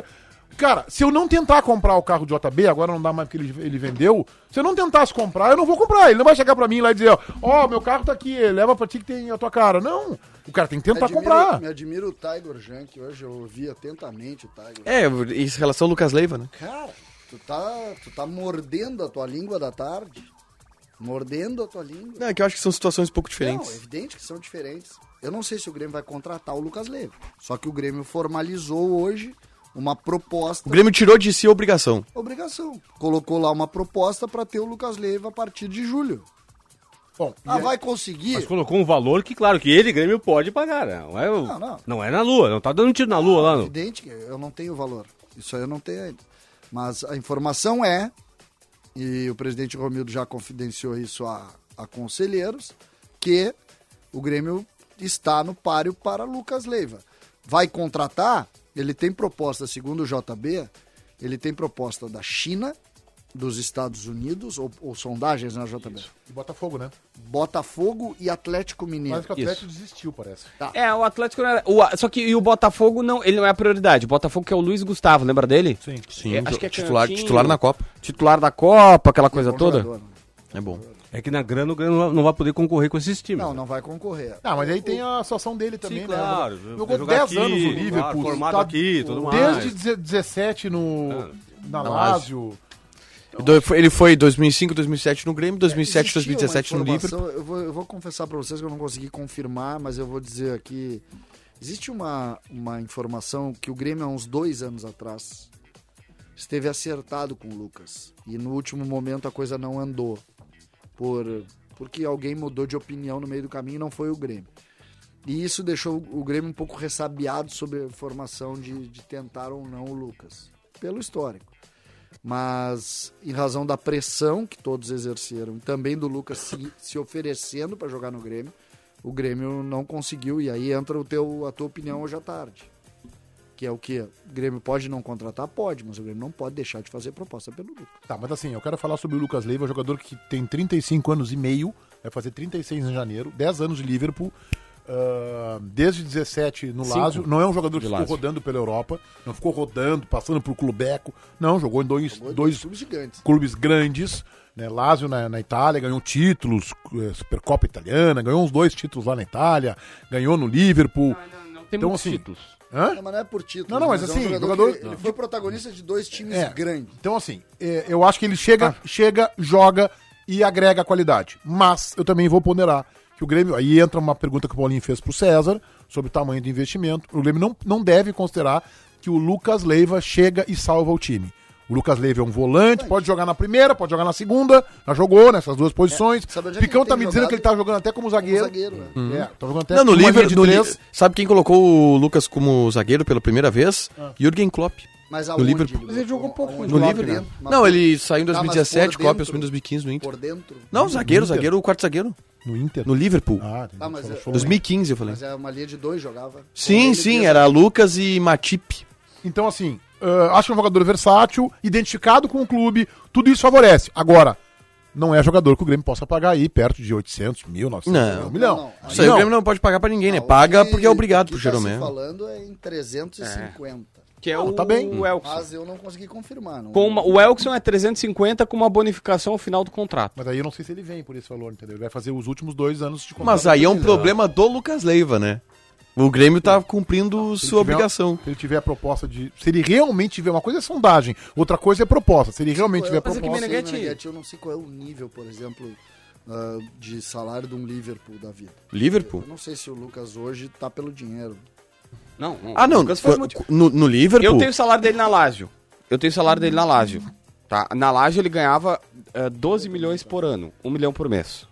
Cara, se eu não tentar comprar o carro de JB, agora não dá mais porque ele, ele vendeu. Se eu não tentasse comprar, eu não vou comprar. Ele não vai chegar pra mim lá e dizer, ó, ó, meu carro tá aqui, leva pra ti que tem a tua cara. Não. O cara tem que tentar Admiro- comprar. Me admiro o Tiger Jan, que hoje eu ouvi atentamente o Tiger. É, em relação ao Lucas Leiva, né? Cara, tu tá, tu tá mordendo a tua língua da tarde. Mordendo a tua língua. Não, é que eu acho que são situações um pouco Não, é diferentes. evidente que são diferentes. Eu não sei se o Grêmio vai contratar o Lucas Leiva. Só que o Grêmio formalizou hoje uma proposta. O Grêmio tirou de si a obrigação. Obrigação. Colocou lá uma proposta pra ter o Lucas Leiva a partir de julho. Bom, Ah, e é- vai conseguir? Mas colocou um valor que, claro, que ele, Grêmio, pode pagar. né? Não é, o- Não, não. não é na lua, não tá dando tiro na lua lá. Não. Evidente que eu não tenho valor. Isso aí eu não tenho ainda. Mas a informação é, e o presidente Romildo já confidenciou isso a, a conselheiros, que o Grêmio está no páreo para Lucas Leiva. Vai contratar? Ele tem proposta, segundo o JB, ele tem proposta da China, dos Estados Unidos, ou, ou sondagens na JB. E Botafogo, né? Botafogo e Atlético Mineiro. Mas que o Atlético desistiu, parece. É, o Atlético não era. o a- só que e o Botafogo não, ele não é a prioridade. O Botafogo que é o Luiz Gustavo, lembra dele? Sim. Sim, É, acho que é titular, cantinho. titular na Copa. Titular da Copa, aquela coisa Bom toda. jogador, né? É bom. É que na grana o Grêmio não vai poder concorrer com esses times. Não, né? não vai concorrer. Ah, mas aí tem a situação dele também, né? claro. Vai Jogou jogar 10 aqui, anos o claro, Liverpool. Tá formado aqui, tudo Desde mais. 17 no... Na Lazio. Do- foi- Ele foi 2005, 2007 no Grêmio, 2007, Existia uma 2017 no Liverpool. informação, Eu vou, eu vou confessar pra vocês que eu não consegui confirmar, mas eu vou dizer aqui. Existe uma, uma informação que o Grêmio, há uns dois anos atrás, esteve acertado com o Lucas. E no último momento a coisa não andou. Por, porque alguém mudou de opinião no meio do caminho e não foi o Grêmio. E isso deixou o Grêmio um pouco ressabiado sobre a informação de, de tentar ou não o Lucas. Pelo histórico mas em razão da pressão que todos exerceram, e também do Lucas se, se oferecendo para jogar no Grêmio, o Grêmio não conseguiu e aí entra o teu, a tua opinião hoje à tarde. Que é o que? O Grêmio pode não contratar? Pode, mas o Grêmio não pode deixar de fazer proposta pelo Lucas. Tá, mas assim, eu quero falar sobre o Lucas Leiva, jogador que tem 35 anos e meio, vai fazer 36 em janeiro, 10 anos de Liverpool, ah, desde 17 no Lazio. Não é um jogador que ficou rodando pela Europa, não ficou rodando, passando por Clubeco. Não, jogou em dois, dois clubes gigantes. clubes grandes, né? Lazio na, na Itália ganhou títulos, eh, Supercopa Italiana, ganhou uns dois títulos lá na Itália, ganhou no Liverpool. Tem Então, muitos assim, títulos. Hã? Não, mas não é por título. Não, não, mas é assim, um jogador- que- não. ele foi protagonista de dois times É. grandes. Então, assim, é, eu acho que ele chega, Ah. chega, joga e agrega qualidade. Mas eu também vou ponderar que o Grêmio. Aí entra uma pergunta que o Paulinho fez pro César sobre o tamanho do investimento. O Grêmio não, não deve considerar que o Lucas Leiva chega e salva o time. O Lucas Leiva é um volante, pode jogar na primeira, pode jogar na segunda, já jogou nessas duas posições. Sabe onde é que Picão ele tá tem me dizendo jogado? que ele tá jogando até como zagueiro. zagueiro, né? É, tá jogando até Não, no uma linha de Liverpool. no Li- três. Sabe quem colocou o Lucas como zagueiro pela primeira vez? Jürgen Klopp. Mas aonde? Liverpool. botou? Mas ele jogou pouco Aonde? No Lá Liverpool. dentro, mas Não, por- ele saiu em Tá, mas 2017, por Klopp dentro- assumiu em 2015 no Inter. Por dentro. Não, zagueiro, Inter? zagueiro, o quarto zagueiro. No Inter? No Liverpool. Ah, Ah, mas é- 2015, eu falei. Mas é uma linha de dois jogava. Sim, Ele sim, fez- era Lucas e Matip. Então, assim, ah, acho um jogador versátil, identificado com o clube, tudo isso favorece. Agora, não é jogador que o Grêmio possa pagar aí perto de 800 mil, 900 Não. mil, um milhão. Não, não. Aí Isso aí o não. Grêmio não pode pagar pra ninguém, né? Não, Paga o que- porque é obrigado o pro que tá se Jeromel. falando é em 350. Que é Não, o, tá bem. o Elkson. Mas eu não consegui confirmar. Não. Com uma- o Elkson é 350 com uma bonificação ao final do contrato. Mas aí eu não sei se ele vem por esse valor, entendeu? Ele vai fazer os últimos dois anos de contrato. Mas aí é um dele, né? problema do Lucas Leiva, né? O Grêmio tá cumprindo Se ele sua tiver- um- obrigação. Se ele tiver a proposta de. Se ele realmente tiver. Uma coisa é sondagem, outra coisa é proposta. Se ele realmente tiver a Mas é que proposta. Meneghetti- Eu não sei qual é o nível, por exemplo, ah, de salário de um Liverpool da vida. Liverpool? Eu não sei se o Lucas hoje tá pelo dinheiro. Não, não. Ah, o não. Lucas foi muito- No, no Liverpool? Eu tenho o salário dele na Lazio. Eu tenho o salário dele na Lazio. Tá? Na Lazio ele ganhava eh, 12 milhões por ano, 1 milhão por um mês.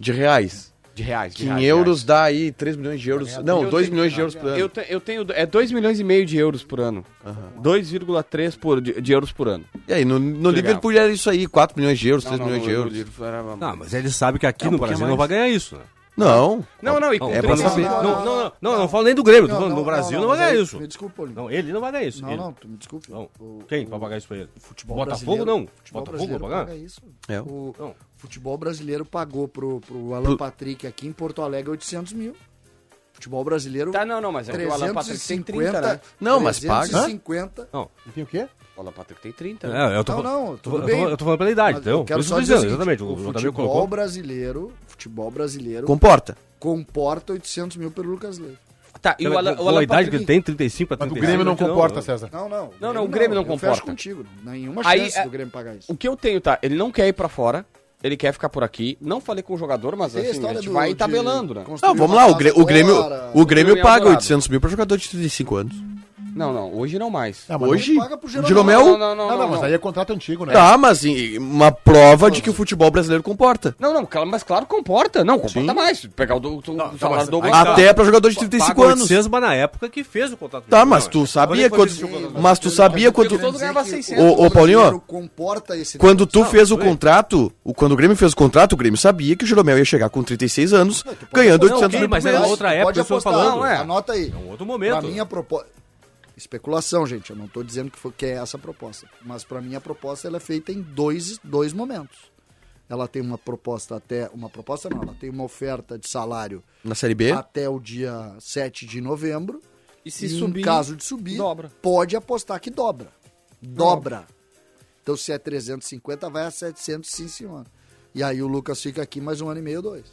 De reais. De reais. de Que em reais, de euros dá aí 3 milhões de euros. Não, eu 2 tenho- milhões de euros por reais. ano. Eu, te- eu tenho. É 2 milhões e meio de euros por ano. 2,3 por, de, de euros por ano. E aí, no, no Legal. Liverpool era isso aí, 4 milhões de euros, 3 Não, não, milhões não, de eu- euros. eu- eu- Não, Ah, mas ele sabe que É um aqui no Brasil mais. não vai ganhar isso, né? Não. Não, não, e Não, com é pra 30 saber. mil- Não, não, não, não, não falo nem do Grêmio, tô Não, falando, não, no Brasil não, mas vai ganhar aí, isso. Me desculpa, Paulinho. Não, ele não vai ganhar isso. Não, ele. não, tu me desculpa. Não. O- Quem o- vai pagar isso pra ele? Futebol Botafogo brasileiro- não. Futebol Botafogo vai brasileiro pagar? paga isso. É. O Não. futebol brasileiro pagou pro, pro Alan Pro- Patrick aqui em Porto Alegre 800 mil. Futebol brasileiro Tá, não, não, mas um é que o Alan Patrick tem 30, né? 350. Não, mas paga. 350. Tem o quê? O Alan Patrick tem 30. né? É, eu tô Não, falando- não, eu tô tudo falando- bem. Eu tô falando pela idade, Mas então. eu quero Isso só eu tô dizer o dizendo, seguinte, exatamente. O tá o JB futebol colocou. brasileiro, futebol brasileiro Comporta. comporta 800 mil pelo Lucas Leiva. Tá, e o Alan, o Alan a idade que ele Patrick- tem, 35 a Mas o 35. Grêmio não acho que comporta, não. César. Ah, Não, não. Não, não, o Grêmio não eu comporta. fecho contigo. Nenhuma Aí, chance é- do Grêmio pagar isso. O que eu tenho, tá? Ele não quer ir pra fora. Ele quer ficar por aqui. Não falei com o jogador, mas Tem é a assim, a história gente do- vai de tabelando, né? construir Não, vamos uma lá, o, casa Grê- o Grêmio, fora. o Grêmio Grêmio paga Eldorado. 800 mil pra jogador de 35 anos. Não, não, hoje Ah, não mais. Não, mas Hoje, paga pro Jeromel. Jeromel... Não, não, Não, não, não, não, mas não. aí é contrato antigo, né? Tá, mas em- uma prova de que o futebol brasileiro comporta. Não, não, cla- mas claro comporta. Não, comporta mais. Pegar o, do, o salário mas- do Douglas. Aí tá. Até pra jogador de 35 Paga anos. 800, mas na época que fez o contrato. Tá, dele, mas não, tu é. sabia Quando foi quanto... esse jogo? Mas tu sabia quanto... Todo ganhava 600. Ô, ô, Paulinho, ó. comporta esse Quando tu Não, fez o foi. contrato, o- quando o Grêmio fez o contrato, o Grêmio sabia que o Jeromel ia chegar com 36 anos, ganhando apostar. 800 Não, mil ok, por mas é era mês. outra Tu época, pode eu estou apostar, falando. não é? Anota aí. É um outro Pra momento. mim a proposta. Especulação, gente. Eu não tô dizendo que, foi, que é essa a proposta. Mas pra mim a proposta ela é feita em dois, dois momentos. Ela tem uma proposta até. Uma proposta não, ela tem uma oferta de salário Na Série B, até o dia 7 de novembro. E se E subir, em caso de subir, dobra. pode apostar que dobra. Dobra. Então se é 350, vai a 700, sim, senhor. E aí o Lucas fica aqui mais um ano e meio, dois.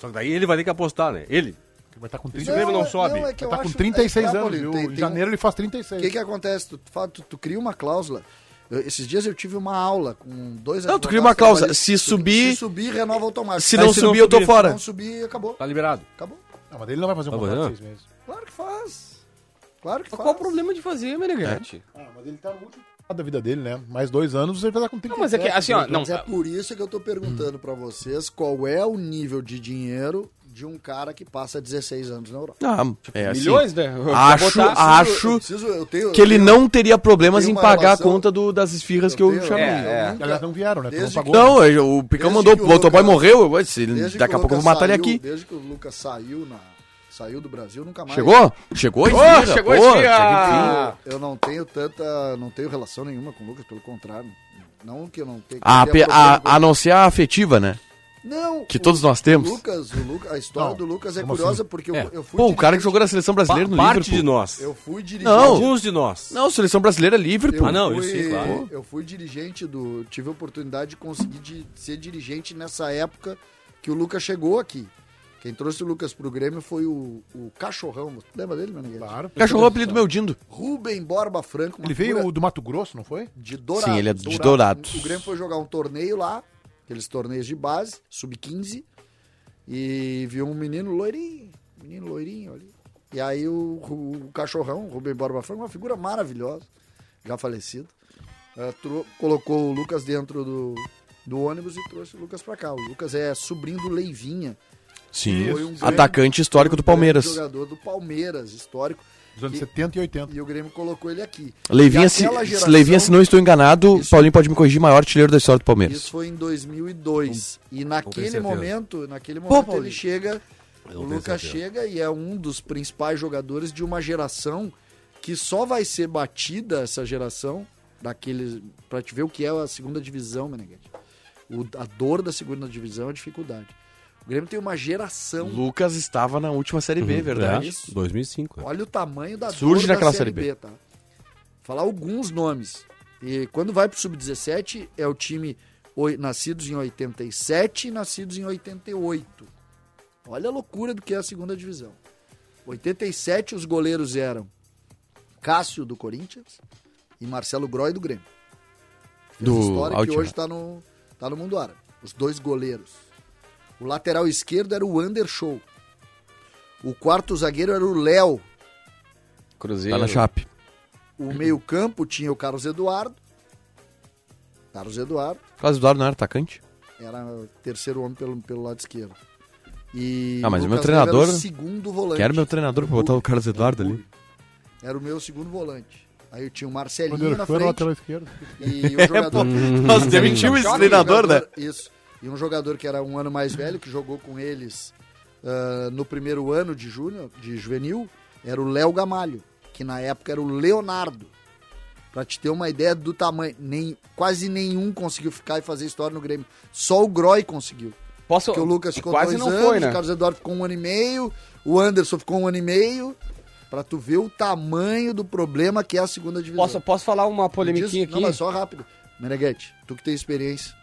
Só que daí ele vai ter que apostar, né? Ele. Vai estar tá com, Se 30, o Grêmio não é- sobe, é que eu vai tá com acho- 36 é, tá, anos, Paulinho, viu? tem- Em tem- janeiro ele é faz O 36. que, que acontece? Tu, fa- tu- tu cria uma cláusula. Eu- esses dias eu tive uma aula com dois Não, tu advogados cria uma cláusula. trabalhistas. Se subir- Se subir, renova automático. se Aí não subir, eu tô subir, Se fora. não subir, acabou. Tá liberado. Acabou. Não, mas ele não vai fazer um Tá contrato de fazendo? seis meses. Claro que faz. Claro que faz. Qual o problema de fazer, Meneghete? Ah, mas ele tá no último contrato da vida dele, né? Mais dois anos você vai estar com 37. Não, mas é que, assim, né? ó, não, Mas é por isso que eu tô perguntando pra vocês qual é o nível de dinheiro de um cara que passa 16 anos na Europa. Ah, é assim. milhões, né? Acho, Pra botar- acho assim, Eu preciso, eu tenho, que ele não teria problemas tem em uma pagar relação- a conta do- das esfirras que eu chamei. é. Aliás, não vieram, né? Tu Desde então, não pagou. Não, eu- o Picão Desde mandou, que o o motoboy Lucas- morreu, eu- se ele- desde daqui que a o pouco eu vou Lucas matar ele saiu- aqui. Desde que o Lucas saiu, na, saiu do Brasil, nunca mais. Chegou? Chegou a esfirra, Ô, chegou pô, a esfirra! chega enfim. Eu não tenho tanta. Não tenho relação nenhuma com o Lucas, pelo contrário. Não que eu não tenha. que A, eu pe- tenha Ah, a, problema com a não ser a afetiva, né? ele. Não, que o- todos nós temos. assim? O Lucas, o Lucas, a história Não, do Lucas é como curiosa porque eu, É. eu fui. Pô, o dirigente- cara que jogou na seleção brasileira no Pa- parte Liverpool. de nós. Eu fui dirigente. um Não, Alguns de nós. Não, seleção brasileira é Liverpool. Eu Ah, não, fui, isso sim, claro. Eu fui dirigente do. Tive a oportunidade de conseguir de ser dirigente nessa época que o Lucas chegou aqui. Quem trouxe o Lucas pro Grêmio foi o, o Cachorrão. Lembra dele, meu amigo? Claro. Cachorro é o apelido do meu Dindo. Rubem Borba Franco. uma Ele figura veio do Mato Grosso, não foi? de Dourados. Sim, ele é de Dourados. O Grêmio foi jogar um torneio lá, aqueles torneios de base, sub-15, e viu um menino loirinho, menino loirinho ali. E aí o, o cachorrão, o Rubem Borba Franco, uma figura maravilhosa, já falecido, eh, tro- colocou o Lucas dentro do, do ônibus e trouxe o Lucas pra cá. O Lucas é sobrinho do Leivinha. Sim. Foi um grande- Atacante histórico do um grande Palmeiras. Jogador do Palmeiras, histórico. Dos anos E- 70 e 80. E o Grêmio colocou ele aqui. Leivinha E se, aquela assim, se- geração- Leivinha, se não estou enganado, Isso. Paulinho pode me corrigir, maior artilheiro da história do Palmeiras. Isso foi em 2002. e naquele certeza. momento, naquele momento ele Paulinho. chega, Eu o tenho Lucas certeza. chega e é um dos principais jogadores de uma geração que só vai ser batida essa geração daqueles para te ver o que é a segunda divisão, Meneghete. O- a dor da segunda divisão é a dificuldade. O Grêmio tem uma geração. Lucas estava na última Série B, verdade? É, 2005. é. Olha o tamanho da né? Surge dor da naquela Série Série B, tá? Falar alguns nomes. E quando vai pro sub-17 é o time oi- nascidos em 87 e nascidos em 88. Olha a loucura do que é a segunda divisão. 87 os goleiros eram Cássio do Corinthians e Marcelo Groy do Grêmio. Fez Do história que Al-Ittihad. hoje tá no, tá no mundo árabe. Os dois goleiros. O lateral esquerdo era o Under Show. O quarto zagueiro era o Léo, Cruzeiro. Tá na Chape. o meio-campo tinha o Carlos Eduardo. Carlos Eduardo Carlos Eduardo não era atacante? era o terceiro homem pelo, pelo lado esquerdo. E Ah, mas o o meu Lucas Leiva treinador- Era o segundo volante. Quero meu treinador pra botar o Carlos Eduardo ali. Era o meu segundo volante. Aí eu tinha o Quando Marcelinho na ele foi era o frente lateral esquerdo. e É, o jogador. Nós demitimos esse Joga um treinador, né? jogador- Isso. E um jogador que era um ano mais velho, que jogou com eles ah, no primeiro ano de júnior, de juvenil, era o Léo Gamalho, que na época era o Leonardo. Pra te ter uma ideia do tamanho, nem, quase nenhum conseguiu ficar e fazer história no Grêmio. Só o Groy conseguiu. Posso... Porque o Lucas ficou Quase dois não anos, foi, né? o Carlos Eduardo ficou um ano e meio, o Anderson ficou um ano e meio. Pra tu ver o tamanho do problema que é a segunda divisão. Posso, posso falar uma polemiquinha Diz- Não, aqui? mas só rápido. Meneghete, tu que tem experiência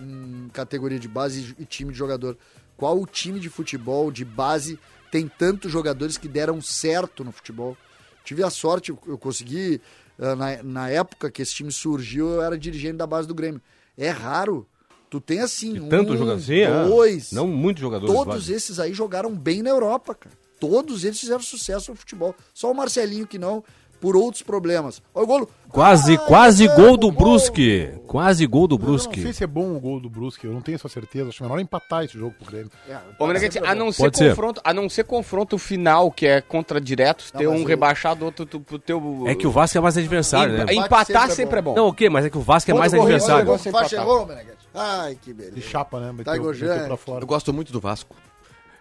em categoria de base e time de jogador, qual o time de futebol de base tem tantos jogadores que deram certo no futebol? Tive a sorte, eu- eu consegui, ah, na, na época que esse time surgiu, eu era dirigente da base do Grêmio. É raro. Tu tem assim, um, Tanto jogador assim, ah, dois, Não muitos jogadores. todos vale. esses aí jogaram bem na Europa, cara. Todos eles fizeram sucesso no futebol. Só o Marcelinho que não, por outros problemas. Olha o golo. Quase, Ah, quase é, gol do gol. Brusque. Quase gol do Eu não sei Brusque. se é bom o gol do Brusque, eu não tenho essa certeza. Acho melhor empatar esse jogo pro Grêmio. Ô, Meneghete, a não ser Pode ser. confronto, a não ser confronto final, que é contra diretos, ter mas um eu- rebaixado, outro tu- pro teu. É que o Vasco é mais adversário, né? Empa- Empatar sempre é bom. Não, ok, mas é que o Vasco é Quando mais o Corinthians adversário. jogou- Sem Faz empatar. chegou, Meneghete. Ai, De que beleza. chapa, né? Meteu, Taigo meteu Jean. pra fora. Eu gosto muito do Vasco.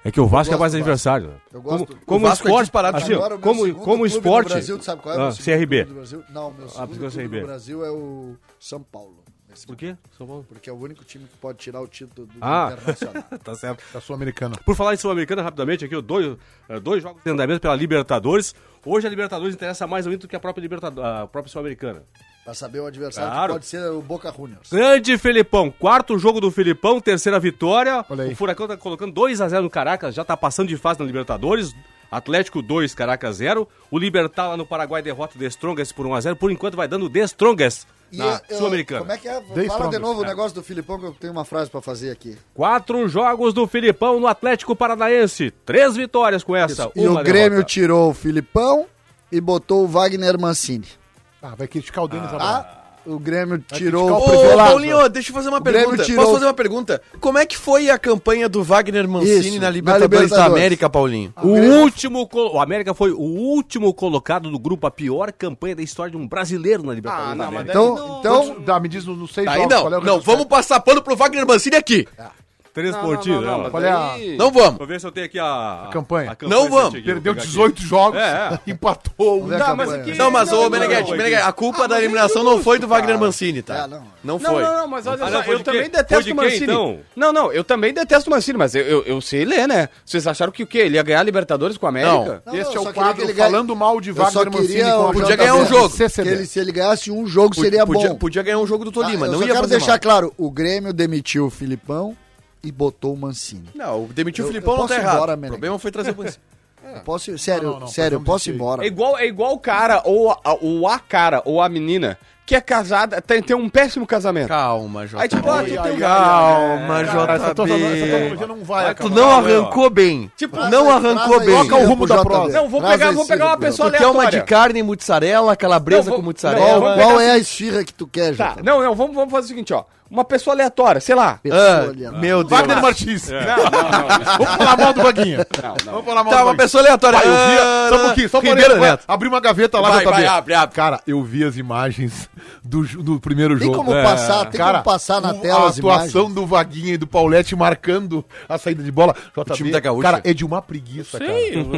É que o Vasco é gosto mais do Vasco. adversário. né? Eu gosto. Como, O como Vasco é esporte, disparado. assim, Agora, o meu como, segundo como clube do esporte, Brasil, tu sabe qual é o meu Ah, segundo CRB. clube do Brasil? Não, o meu segundo porque é o clube CRB. do Brasil é o São Paulo. Esse Por quê? um São Paulo. Porque é o único time que pode tirar o título do Ah. Internacional. Tá certo. Da Sul-Americana. Por falar em Sul-Americana, rapidamente, aqui, ó, dois, eh, dois jogos de andamento pela Libertadores. Hoje a Libertadores interessa mais ao Inter do que a própria, Libertadores, a própria Sul-Americana. pra saber o adversário que Claro. pode ser o Boca Juniors. Grande Felipão, quarto jogo do Felipão, terceira vitória. Olha aí. O Furacão tá colocando 2x0 no Caracas, já tá passando de fase na Libertadores. Atlético 2, Caracas 0. O Libertar lá no Paraguai derrota o The Strongest por 1x0. Por enquanto vai dando The Strongest na eu- Como Sul-Americana. é que é? Dei Fala de Strongest, novo o negócio do Filipão que eu tenho uma frase pra fazer aqui. Quatro jogos do Filipão no Atlético Paranaense. Três vitórias com essa. E o uma Grêmio derrota. tirou o Filipão e botou o Wagner Mancini. Ah, vai criticar o Denis agora. Ah, o Grêmio criticar tirou o Ô, o Prevelado. Paulinho, deixa eu fazer uma O Grêmio pergunta. tirou- Posso fazer uma pergunta? Como é que foi a campanha do Wagner Mancini Isso, na na Libertadores, da Libertadores. América, Paulinho? O último, colo- o América foi o último colocado do grupo, a pior campanha da história de um brasileiro na Libertadores. Ah, da não, mas América. Então, Então, então dá, me diz nos nos seis Tá, aí jogos não, qual é o não, resultado. vamos passar pano pro Wagner Mancini aqui. Três Não, não, pontinhos. não, não, né? mas Olha a- daí- Não vamos. Vou ver se eu tenho aqui a, A campanha. Não vamos. certinha. Ah, Perdeu Ah, Vou pegar aqui. 18 jogos, É, empatou um. Olha a Não, campanha. é mas aqui- Não, mas Não, ô não, Meneghete, não, Meneghete, a culpa da eliminação não foi do Wagner Mancini, tá? É, não. Não Não, foi. não, não, mas olha Ah, só, não, foi eu de também quem? Foi detesto de o quem, Mancini. então? Não, não, eu também detesto o Mancini, mas eu, eu, eu sei ler, né? Vocês acharam que o quê? Ele ia ganhar a Libertadores com a América? Não, Este é eu Tá só o queria quadro que ele ganhe- falando mal de Eu só Wagner Mancini queria com o a JB. Podia ganhar um jogo. que ele, se ele ganhasse um jogo seria podia, bom. podia ganhar um jogo do Tolima, Ah, eu não só ia quero fazer deixar mal. claro, o Grêmio demitiu o Filipão e botou o Mancini. Não, demitir o Eu- eu Filipão não tá posso ir errado. embora, o Meneghete. problema foi trazer o Mancini. Eu posso, sério, Não, não, não, sério, eu podemos posso ir ir. embora. É igual, é igual o cara, ou a, ou a cara, ou a menina, que é casada, tem, tem um péssimo casamento. Calma, Jota. Aí tipo, ah, tu tem um- Calma, Cara, essa tua- essa tecnologia JB. não vai Tu acabar. não arrancou bem. Tipo, Traz não aí, arrancou traz aí, bem. Coloca o rumo da JB. prova. Não, vou Traz pegar- aí, vou pegar Ciro, uma Bruno. pessoa Tu quer é uma de aleatória. carne, mussarela, calabresa Não, vou- com não, mussarela? vamos- Qual é a esfirra que tu quer, Tá, Jota? não, não, vamos, vamos fazer o seguinte, ó. Uma pessoa aleatória, sei lá. Ah, Olha, meu Deus. Wagner Martins. Não, não, não. Vamos falar mal do Vaguinha. Vamos falar mal Tá, do uma Vaguinha. pessoa aleatória. Ah, Pai, eu via, só um pouquinho, só um Ribeiro pouquinho. Neto. Abri uma gaveta lá, Vai, JB. vai, abre, abre. Cara, eu vi as imagens do, ju- do primeiro Tem jogo. É. como passar, tem como passar na o- tela A as atuação imagens. do Vaguinha e do Paulette marcando a saída de bola. JB, time da Gaúcha. Cara, é de uma preguiça, cara.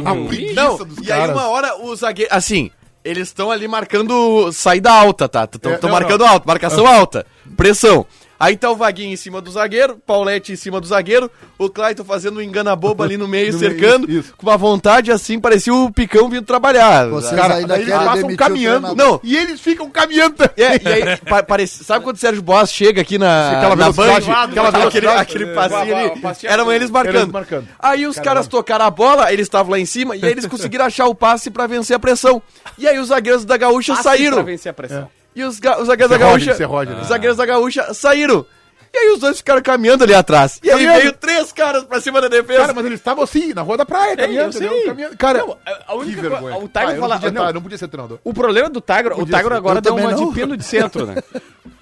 A preguiça Não, dos e aí caras. uma hora o zagueiro. Assim, eles estão ali marcando saída alta, tá? Estão É, não, Ah. marcando alto, marcação alta, pressão. Aí tá o Vaguinho em cima do zagueiro, Paulette em cima do zagueiro, o Clayton fazendo um engana-boba ali no meio, No meio, cercando, isso, isso. com uma vontade assim, parecia o Picão vindo trabalhar. Vocês Cara, ainda aí eles querem passam demitir o caminhando. Não. treinador. E eles ficam caminhando também. É, e aí, pa- parece- sabe quando o Sérgio Boas chega aqui na, Aquela na Band? velocidade, aquela aquele, velocidade. aquele passinho Vá, vá, ali. passeio. Eram eles marcando. Eles marcando. Aí os caras tocaram a bola, eles estavam lá em cima, e aí eles conseguiram achar o passe pra vencer a pressão. E aí os zagueiros da Gaúcha Pra saíram. vencer a pressão. E os, ga- os zagueiros da Serrote, Gaúcha. Serrote, né? Os zagueiros da Gaúcha saíram. E aí os dois ficaram caminhando ali atrás. E aí Caminhando. veio três caras pra cima da defesa. Cara, mas eles estavam assim, na rua da praia, caminhando. eu sei. entendeu? Caminhando. Cara, Não, é, a- a única que co- vergonha. o Tiger eu fala- não, podia, não. tá, eu não podia ser treinador. O problema do Tagro, o Podia Tagro ser. agora Eu deu também uma não. de pino de centro, né?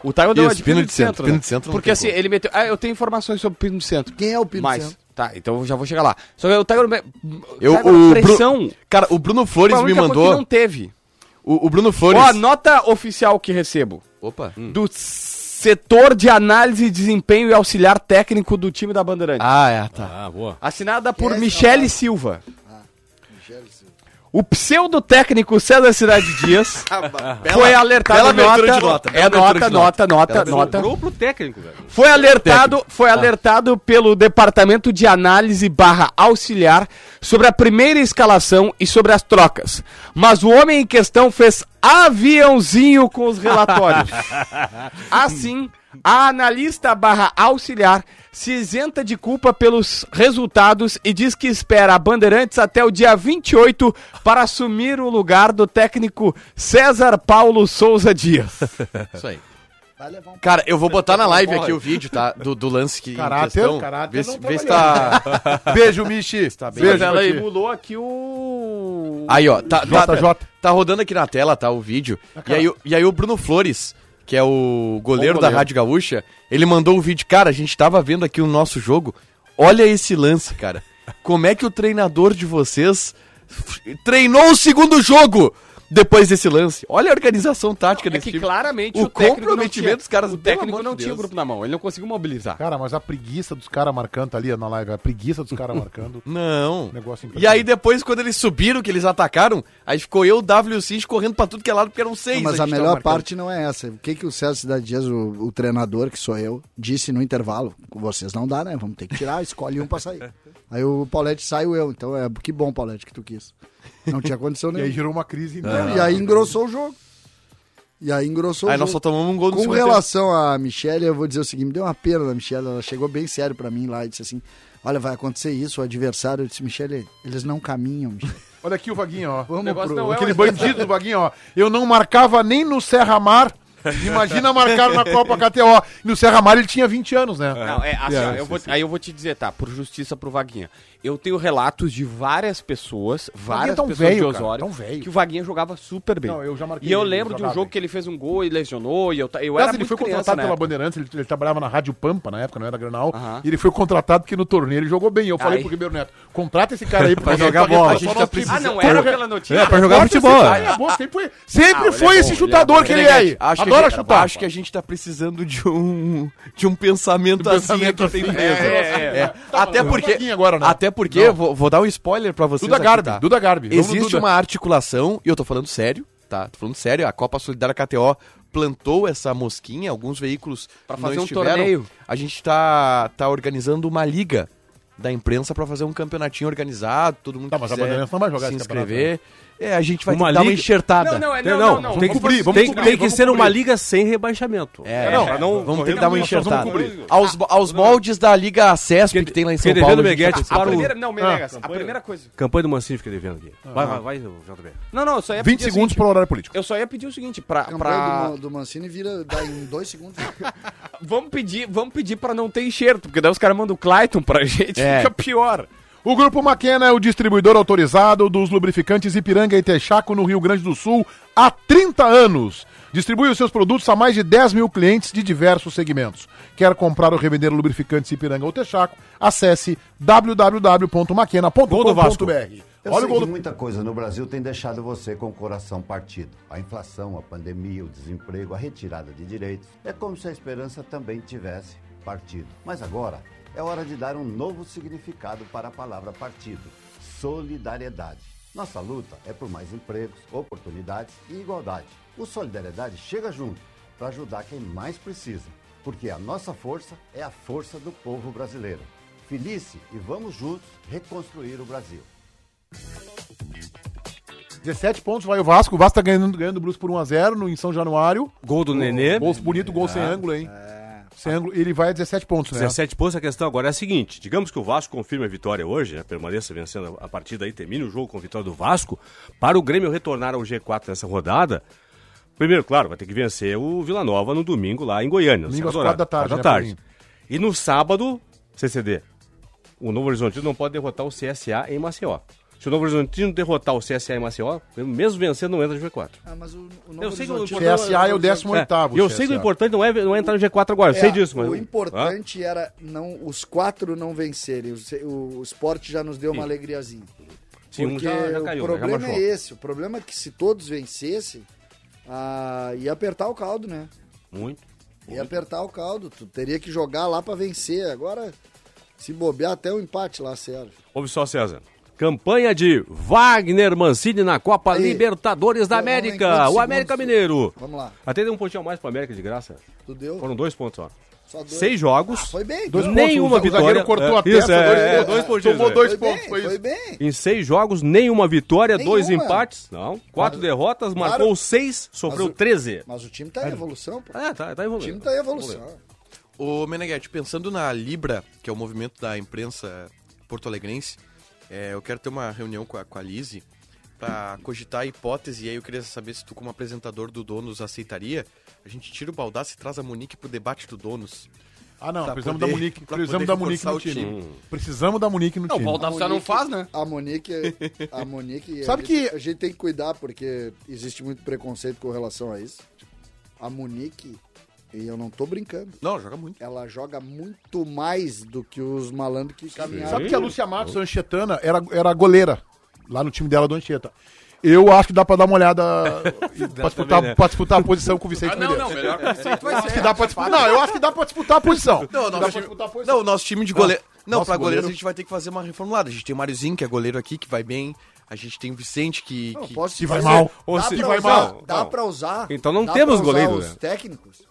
O Tagro deu uma Isso, de pino de centro. pino né? de centro não Porque tem assim, como. ele meteu. Ah, eu tenho informações sobre pino de centro. Quem é o Pino Mas Santos? Tá, então eu já vou chegar lá. Só que eu tava. Eu- tava o na Bru- pressão. Cara, o Bruno Foi a Flores me única coisa mandou. que não teve. O, o Bruno Ó, Flores. a nota oficial que recebo. Opa. Do setor de análise, desempenho e auxiliar técnico do time da Bandeirante. Ah, é, tá. Ah, boa. Assinada por Yes, Michele uh-huh. não. Silva. Ah, Michele Silva. O pseudo-técnico César Cidade Dias foi alertado. Ah, bela abertura de nota, nota, bela É abertura nota, de Ah. nota. nota, nota, nota. Sobrou pro técnico, velho. Foi alertado, foi alertado pelo departamento de análise barra auxiliar sobre a primeira escalação e sobre as trocas. Mas o homem em questão fez aviãozinho com os relatórios. Assim, a analista barra auxiliar se isenta de culpa pelos resultados e diz que espera a Bandeirantes até o dia 28 para assumir o lugar do técnico César Paulo Souza Dias. Isso aí. Vai levar um Cara, eu vou botar na live aqui o vídeo, tá? Do, do lance que. em Caráter, questão. caráter Vê não se, vê se trabalhou. tá. Beijo, Michi. bem. Beijo, Ela Michi. Emulou aqui o. Aí, ó, tá, tá, JJ. tá rodando aqui na tela, tá, o vídeo. E aí, o- e aí o Bruno Flores, que é o goleiro, Bom goleiro. da Rádio Gaúcha, ele mandou o vídeo. Cara, a gente tava vendo aqui o nosso jogo. Olha esse lance, cara. Como é que o treinador de vocês f- treinou o segundo jogo depois desse lance? Olha a organização tática É desse que time. claramente O o, técnico não comprometimento tinha- dos caras, o pelo técnico amor não de tinha o Deus. grupo na mão, ele não conseguiu mobilizar. Cara, mas a preguiça dos caras marcando tá ali ó, na live, a preguiça dos caras marcando. Não. Negócio e aí depois, quando eles subiram, que eles atacaram, aí ficou eu, W e o Cid correndo pra tudo que é lado, porque eram seis. Não, mas a a gente tava melhor marcando. parte não é essa. O que, que o César Cidade Dias, o, o treinador, que sou eu, disse no intervalo? Vocês não dá, né? Vamos ter que tirar, escolhe um pra sair. Aí o Paulette saiu eu. Então é que bom, Paulette, que tu quis. Não tinha condição E aí nenhuma. gerou uma crise. Não, e aí engrossou o jogo. E aí engrossou Ah, tá. Aí o nós jogo. só tomamos um gol no Com segundo tempo. relação à Michelle, eu vou dizer o seguinte: me deu uma pena da Michelle. Ela chegou bem sério pra mim lá e disse assim: Olha, vai acontecer isso. O adversário eu disse: Michelle, eles não caminham. Michele. Olha aqui o Vaguinho, ó. negócio Vamos não pro... é Aquele bandido do Vaguinho, ó. Eu não marcava nem no Serra Mar. Imagina marcar na Copa KTO. E no Serra Mar ele tinha 20 anos, né? Não, é assim, ó, eu vou- aí eu vou te dizer, tá, por justiça pro Vaguinha. Eu tenho relatos de várias pessoas, várias tão pessoas de velho, cara, Osório, tão velho. que o Vaguinha jogava super bem. Não, eu já marquei e eu ele, lembro de um jogava jogo bem. que ele fez um gol e lesionou, e eu, ta- eu Aliás, era ele muito foi criança, contratado né? pela Bandeirantes, ele, ele trabalhava na Rádio Pampa na época, não era Granal. Aham. E ele foi contratado porque no torneio ele jogou bem. Eu falei Aí. pro Ribeiro Neto: contrata esse cara aí pra jogar bola. A gente tá Ah, não, era pela notícia. É, pra jogar futebol. Cara, é bom, sempre foi, sempre Ah, ele foi é esse bom, chutador ele é bom, que ele ele é é aí. Acho Adora que, chutar. Acho que a gente tá precisando de um, de um pensamento, assim aqui dentro. é, É. Até porque, pouquinho agora, né? até porque vou, vou dar um spoiler pra vocês Duda aqui, Garbi, tá? Duda Garbi. Vamos no Existe Duda. uma articulação, e eu tô falando sério, tá? Tô falando sério, a Copa Solidária KTO plantou essa mosquinha, alguns veículos Pra não fazer um estiveram. torneio. A gente tá, tá organizando uma liga da imprensa pra fazer um campeonatinho organizado, todo mundo Tá, que mas a quiser Bandeirantes não vai jogar se esse campeonato, né? inscrever. É, a gente vai Uma dar uma liga- enxertada. Não, não, é, Não, não, não, não. tem que, vamos cobrir, tem, vamos tem cobrir, que vamos ser uma cobrir. liga sem rebaixamento. É, não, pra não- vamos ter que dar uma nós vamos enxertada. cobrir. Aos, aos moldes da Liga CESP que, tem lá em São Fiquei Paulo. devendo a gente Meguete tá- A para o- primeira, não, Ah, Menegas, a campanha. primeira coisa. Campanha do Mancini fica devendo aqui. Vai, vai, vai, JB. Não, não, eu só ia 20 pedir segundos o seguinte, pro horário político. Eu só ia pedir o seguinte, Ah, pra, A pra- campanha do, Ma- do Mancini vira dá em dois segundos. Vamos pedir, vamos pedir pra não ter enxerto, porque daí os caras mandam o Clayton pra gente, É. fica pior. O Grupo Maquena é o distribuidor autorizado dos lubrificantes Ipiranga e Texaco no Rio Grande do Sul há 30 anos. Distribui os seus produtos a mais de 10 mil clientes de diversos segmentos. Quer comprar ou revender lubrificantes Ipiranga ou Texaco? Acesse Gol do Vasco. www.maquena.com.br. Eu Olha sei É o gol que do... muita coisa no Brasil tem deixado você com o coração partido. A inflação, a pandemia, o desemprego, a retirada de direitos. É como se a esperança também tivesse partido. Mas agora é hora de dar um novo significado para a palavra partido: solidariedade. Nossa luta é por mais empregos, oportunidades e igualdade. O Solidariedade chega junto para ajudar quem mais precisa, porque a nossa força é a força do povo brasileiro. Felice e vamos juntos reconstruir o Brasil. 17 pontos vai o Vasco. O Vasco tá ganhando, ganhando o Brusque por 1x0 no, em São Januário. Gol do Nenê. Gol bonito, gol sem ângulo, hein? Sem ângulo. Ele vai a 17 pontos, né? 17 pontos, a questão agora é a seguinte: digamos que o Vasco confirme a vitória hoje, né, permaneça vencendo a partida aí, termine o jogo com a vitória do Vasco, para o Grêmio retornar ao G4 nessa rodada. Primeiro, claro, vai ter que vencer o Vila Nova no domingo lá em Goiânia. no Domingo às Serra quatro da Dourada, tarde, quatro né, tarde. E no sábado, CCD, o Novo Horizontino não pode derrotar o CSA em Maceió. Se o Novo Horizontino derrotar o CSA em Maceió, mesmo vencendo, não entra no G4. Ah, mas o, o Novo Eu sei que o Horizontino- importante- CSA é o 18º, É, eu sei que CSA. o importante não é, não é entrar no G4 agora, eu É, sei disso, mas. O importante era não, os quatro não vencerem. O, se- o esporte já nos deu uma alegriazinha. Ah, sim, um Porque já, já caiu, o né, já problema é marchou. esse. O problema é que se todos vencessem, ah, ia apertar o caldo, né? Muito. Ia apertar o caldo. Tu teria que jogar lá pra vencer. Agora, se bobear, até o empate lá serve. Ouve só, César. Campanha de Wagner Mancini na Copa Aí. Libertadores da Vamos lá, em América. quantos O América segundos? Mineiro. Vamos lá. Até deu um pontinho a mais pro América de graça. Tu deu? Foram dois pontos só. Só dois. Seis jogos. Foi bem. Dois então. pontos, Nenhuma o zagueiro vitória. cortou É, a isso, testa, dois é, pontos. dois pontinhos, Tomou é. dois Foi pontos, bem, foi foi isso. bem. Em seis jogos, nenhuma vitória, dois Nenhuma. empates. Não. Quatro derrotas, Claro. marcou seis, sofreu Mas o- 13. Mas o time tá em evolução, pô. É, tá, tá O time evoluindo. tá em evolução. Ô, Meneghete, pensando na Libra, que é o movimento da imprensa porto-alegrense, é, eu quero ter uma reunião com a, com a Lise pra cogitar a hipótese, e aí eu queria saber se tu, como apresentador do Donos, aceitaria. A gente tira o Baldassi e traz a Monique pro debate do Donos. Ah, não, Pra precisamos poder- da Munique. pra Precisamos poder da Munique no reforçar o time. Precisamos da Munique no Não, o time. Baldassi já não faz, né? A Monique. A Monique. Sabe a gente, que- A gente tem que cuidar, porque existe muito preconceito com relação a isso. A Monique, e eu não tô brincando, Não, joga muito. ela joga muito mais do que os malandros que caminharam. Sabe que a Lúcia Matos, a Anchetana, era, era goleira lá no time dela do Ancheta. Eu acho que dá pra dar uma olhada pra, disputar, também, né? pra disputar a posição com o Vicente Medeiros. melhor conceito vai Acho que dá pra disputar. Não, eu acho que dá pra disputar a posição. Não, o Dá nosso, pra time, disputar a posição. não, o nosso time de Ah, goleiro. Não, Nosso pra goleiro... goleiro- a gente vai ter que fazer uma reformulada. A gente tem o Máriozinho, que é goleiro aqui, que vai bem. A gente tem o Vicente, que. que- posso que vai mal. Ou dá se- pra vai usar, mal. Dá Não. pra usar. Então não dá temos pra usar goleiro, Os né? técnicos.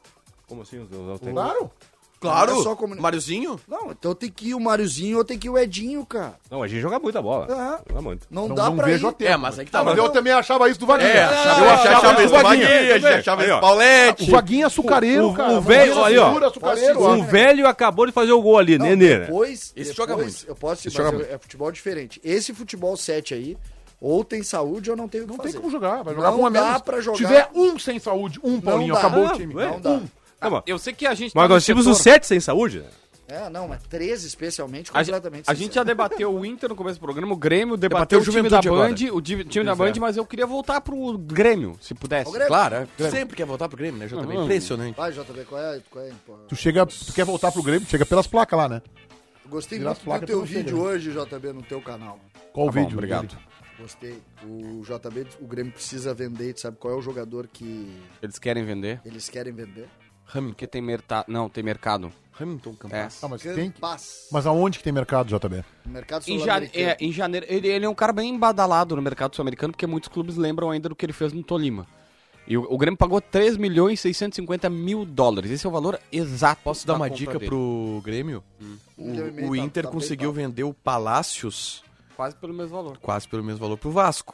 Como assim? Os, os técnicos? Claro. Claro! Não é só comuni- Máriozinho? Não, então tem que ir o Máriozinho ou tem que ir o Edinho, cara. Não, a gente joga muita bola. Aham. Joga muito. Não, Não, dá não pra vejo ir. a tempo. mas aí que Ah, mas eu também achava isso do Vaguinho. É, achava, eu achava, achava esse isso do Vaguinho, Vaguinho, a gente achava também. esse um Aí, ó. Paulete. O Vaguinho é açucareiro, O- o cara. velho- Vaguinho é aí, ó. segura, açucareiro, Posso O ó. velho acabou de fazer o gol ali, Não, Nenê. né? Depois, Esse depois, joga muito. Eu posso te Esse joga mas é futebol diferente. Esse futebol 7 aí, ou tem saúde ou não tem o que Não fazer. tem como jogar. Vai jogar Não com um a dá menos. pra jogar. Se tiver um sem saúde, um Paulinho, dá. acabou o Ah, time. ué. Não dá. Tá bom. Eu sei que a gente. tá Mas nós no tínhamos setor- os sete sem saúde, né? É, não, mas 13 especialmente, A, completamente. a gente já sincero. debateu o Inter no começo do programa, o Grêmio, Debateu debateu, o o time da Juventude agora. Band, o di- time da Band, mas eu queria voltar pro Grêmio, se pudesse. O Grêmio. Claro, é. sempre quer voltar pro Grêmio, né, JB? Impressionante. Vai, JB, qual é? Qual é pô? Tu chega, tu quer voltar pro Grêmio, chega pelas placas lá, né? Eu Gostei Virar muito as placas do teu pelo vídeo Instagram. hoje, JB, no teu canal. Qual o Tá bom, vídeo? obrigado. dele? Gostei. O JB, o Grêmio precisa vender, tu sabe qual é o jogador que Eles querem vender? eles querem vender? Porque tem mercado. Não, tem mercado. Hamilton É. Campas. Ah, mas tem que- Paz. Mas aonde que tem mercado, JB? Mercado Em, jane- sul-americano. é, em janeiro, ele, ele é um cara bem badalado no mercado sul-americano, porque muitos clubes lembram ainda do que ele fez no Tolima. E o, o Grêmio pagou 3 milhões e 650 mil dólares. Esse é o valor exato. Posso dar Tá da uma compra dica dele. pro Grêmio? Um milhão e meio, O, o tá- Inter tá bem, conseguiu tá. vender o Palácios Quase pelo mesmo valor. quase pelo mesmo valor pro Vasco.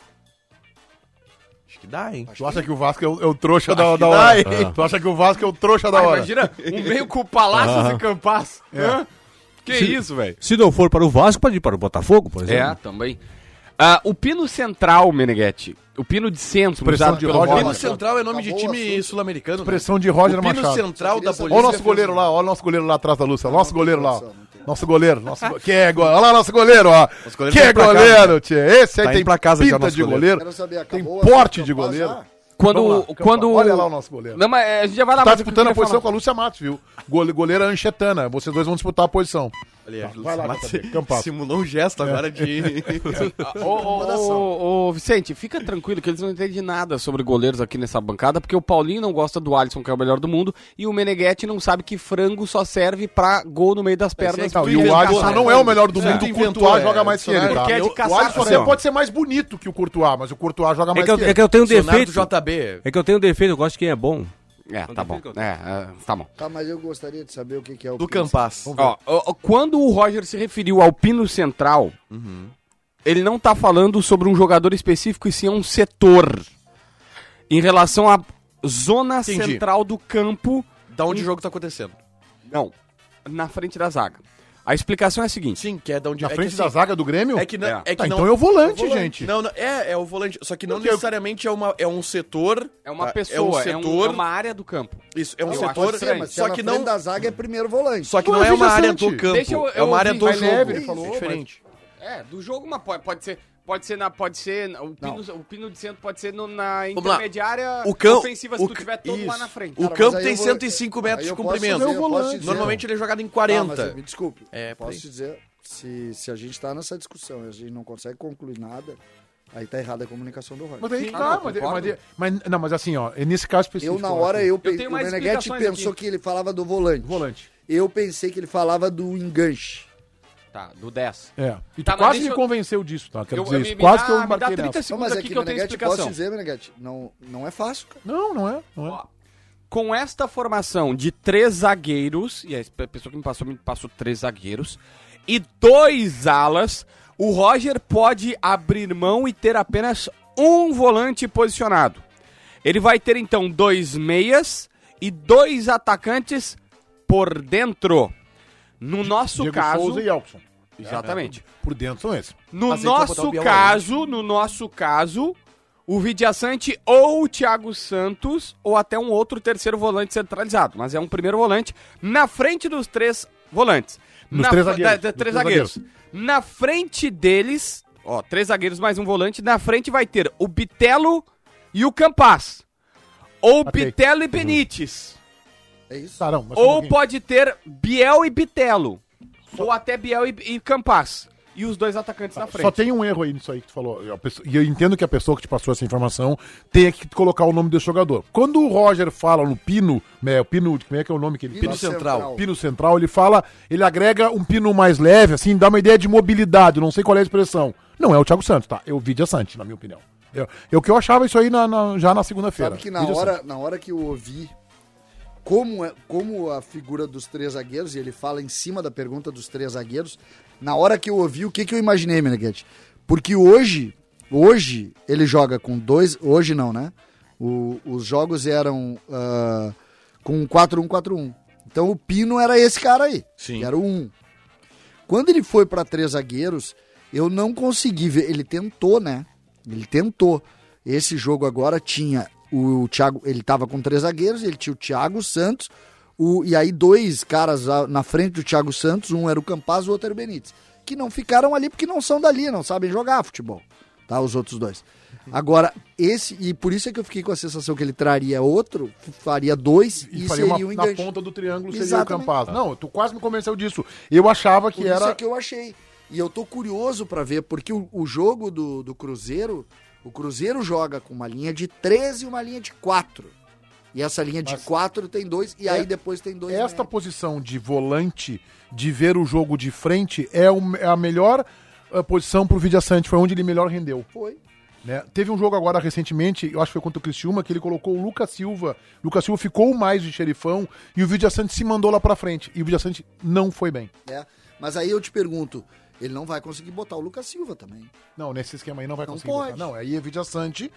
Acho que dá, hein? Tu acha que o Vasco é o, é o trouxa da, que da dá, hora? hein? Tu acha que o Vasco é o trouxa da hora? imagina um meio com Palácios e Campas. Hã? Que isso, velho? É. Se não for para o Vasco, pode ir para o Botafogo, por É, exemplo. também. Ah, o pino central, Meneghetti. O pino de centro, Expressão usado de pelo Roger Roger. Pino Central é nome de Acabou o time assunto. sul-americano. né? Pressão de Roger O Pino Machado. Central da Só queria Olha o Bolívia. nosso goleiro lá, olha o nosso goleiro lá atrás da Lúcia. Nosso goleiro lá. ó. condição, não tem. Nosso goleiro, nosso go- que é go- Olha lá nosso goleiro, ó. Nosso goleiro que tá é indo pra goleiro, tio. Esse aí Tá tem indo pra casa já, pinta nosso de goleiro. goleiro. Quero saber, Tem acabou a- porte de Campas goleiro. já? Quando, Vamos lá, Campas. quando... Olha lá o nosso goleiro. Não, mas é, a gente já vai lá. Tá mas eu disputando a queria posição com a falar. Lúcia Matos, viu? Gole- Goleira anchetana. Vocês dois vão disputar a posição. Olha, Tá, vai lá, Matos Campazzo. Campazzo. simulou um É. gesto agora de... Ô, ô, ô, Vicente, fica tranquilo que eles não entendem nada sobre goleiros aqui nessa bancada, porque o Paulinho não gosta do Alisson, que é o melhor do mundo, e o Meneghetti não sabe que frango só serve pra gol no meio das pernas. Não, Tu e o inventou, Alisson né? não é o melhor do Isso aí mundo. tu O inventou, Courtois é, joga mais que ele, dicionário. tá? Porque é de Eu- O caçar, Alisson assim, até ó. pode ser mais bonito que o Courtois, mas o Courtois joga É mais que, eu, que ele. é que eu tenho um Dicionário defeito. do JB. É que eu tenho um defeito, eu gosto de quem é bom. É, tá bom. É, é, tá bom. Tá, mas eu gostaria de saber o que, que é o Do pino Campas. Ó, ó, ó, quando o Roger se referiu ao pino central, ele não tá falando sobre um jogador específico e sim a um setor. Em relação à zona Entendi. central do campo, Da onde o jogo tá acontecendo. não, na frente da zaga. A explicação é a seguinte. Sim, que é da onde... Na é que frente da assim, zaga do Grêmio? É que não... É. É que Tá, não... então é o volante, gente. Não, não, é, é o volante. Só que não Porque- necessariamente é, uma, é um setor. É uma tá? pessoa, é, um um- setor. é uma área do campo. Isso, é um Não, setor. pode ser, mas se só é que na frente não. da zaga é primeiro volante. Só que Não, não é é uma área adjacente. do campo. Deixa eu- é eu uma área ouvi, do vai jogo. leve, ele falou, é diferente. É, do jogo, mas pode, pode ser. Pode ser na. Pode ser. O pino, o pino de centro pode ser no- na lá. intermediária O campo- ofensiva se o tu ca- tiver todo lá Isso. na frente. O mas campo aí tem eu vou- 105 metros aí de eu posso comprimento. dizer, eu posso Volante. dizer. Normalmente ele é jogado em Tá, 40. mas eu- me desculpe. É, É, por posso aí. dizer, se, se a gente está nessa discussão e a gente não consegue concluir nada, aí tá errada a comunicação do Roger. Mas aí que Ah, tá, não, mas, concordo. mas- mas- não, mas assim, ó, é nesse caso específico. Eu, na hora, eu, pe- assim. tenho o mais Meneghetti explicações pensou aqui. que ele falava do volante. Volante. Eu pensei que ele falava do enganche. Tá, do 10. É. E tu Tá, mas quase deixa me eu- convenceu disso, tá? Quero Eu- dizer eu- isso. me- me Quase dá- que eu me dá embarquei 30 nessa. Não, Segunda mas é aqui que, que eu tenho Meneghetti, explicação. posso dizer, Meneghetti, não, não é fácil, cara. Não, não é. Não é. Com esta formação de três zagueiros, e a pessoa que me passou me passou três zagueiros, e dois alas, o Roger pode abrir mão e ter apenas um volante posicionado. Ele vai ter então dois meias e dois atacantes por dentro. No nosso Diego caso, Souza e Elkson. É, né? exatamente. Por dentro são esses. No Mas aí tu vai botar o nosso Biel caso, no nosso caso, o Vidiaçante ou o Thiago Santos, ou até um outro terceiro volante centralizado, mas é um primeiro volante na frente dos três volantes. Dos Na três fr- zagueiros, da- da- dos três três zagueiros. Na frente deles, ó, três zagueiros mais um volante, na frente vai ter o Bitelo e o Campas. Ou Matei. Bitelo e Benítez. É isso? Tá, não, mas só um Ou pouquinho. pode ter Biel e Bitelo. Ou até Biel e, e Campas. E os dois atacantes na frente. Só tem um erro aí nisso aí que tu falou. A pessoa- E eu entendo que a pessoa que te passou essa informação tenha que colocar o nome do jogador. Quando o Roger fala no pino, né, o pino, como é que é o nome que ele Pino fala? central. O pino central, ele fala, ele agrega um pino mais leve, assim, dá uma ideia de mobilidade, não sei qual é a expressão. Não é o Thiago Santos, tá? É o Vidia Santos, na minha opinião. Eu, eu que eu achava isso aí na- na- já na segunda-feira. Sabe que na Vidia hora, na hora que eu ouvi como, é, como a figura dos três zagueiros, e ele fala em cima da pergunta dos três zagueiros, na hora que eu ouvi, o que, que eu imaginei, Meneghete? Porque hoje, hoje ele joga com dois, hoje não, né? O- os jogos eram ah, com 4-1-4-1. Então o Pino era esse cara aí, Sim. que era o 1. Quando ele foi pra três zagueiros, eu não consegui ver. Ele tentou, né? Ele tentou. Esse jogo agora tinha o Thiago. Ele tava com três zagueiros, ele tinha o Thiago Santos. O, e aí, dois caras lá na frente do Thiago Santos, um era o Campaz o outro era o Benítez. Que não ficaram ali porque não são dali, não sabem jogar futebol. Tá? Os outros dois. Agora, esse. E por isso é que eu fiquei com a sensação que ele traria outro, faria dois E, e, faria seria uma, um na enganche. ponta do triângulo seria o Exatamente. Campaz. Não, tu quase me convenceu disso. Eu achava que Por isso era... é que eu achei. E eu tô curioso pra ver, porque o, o jogo do, do Cruzeiro, o Cruzeiro joga com uma linha de 13 e uma linha de 4. E essa linha de 4 tem dois, e aí depois tem dois. é Esta médios. posição de volante, de ver o jogo de frente, é, o- é a melhor eh, posição pro Vidia Sante, foi onde ele melhor rendeu. foi. né? Teve um jogo agora recentemente, eu acho que foi contra o Criciúma, que ele colocou o Lucas Silva. O Lucas Silva ficou mais de xerifão e o Vidia Sante se mandou lá pra frente. E o Vidia Sante não foi bem. né? Mas aí eu te pergunto, ele não vai conseguir botar o Lucas Silva também. Não, nesse esquema aí não vai Não conseguir. pode. botar. Não, aí é Vidia Sante.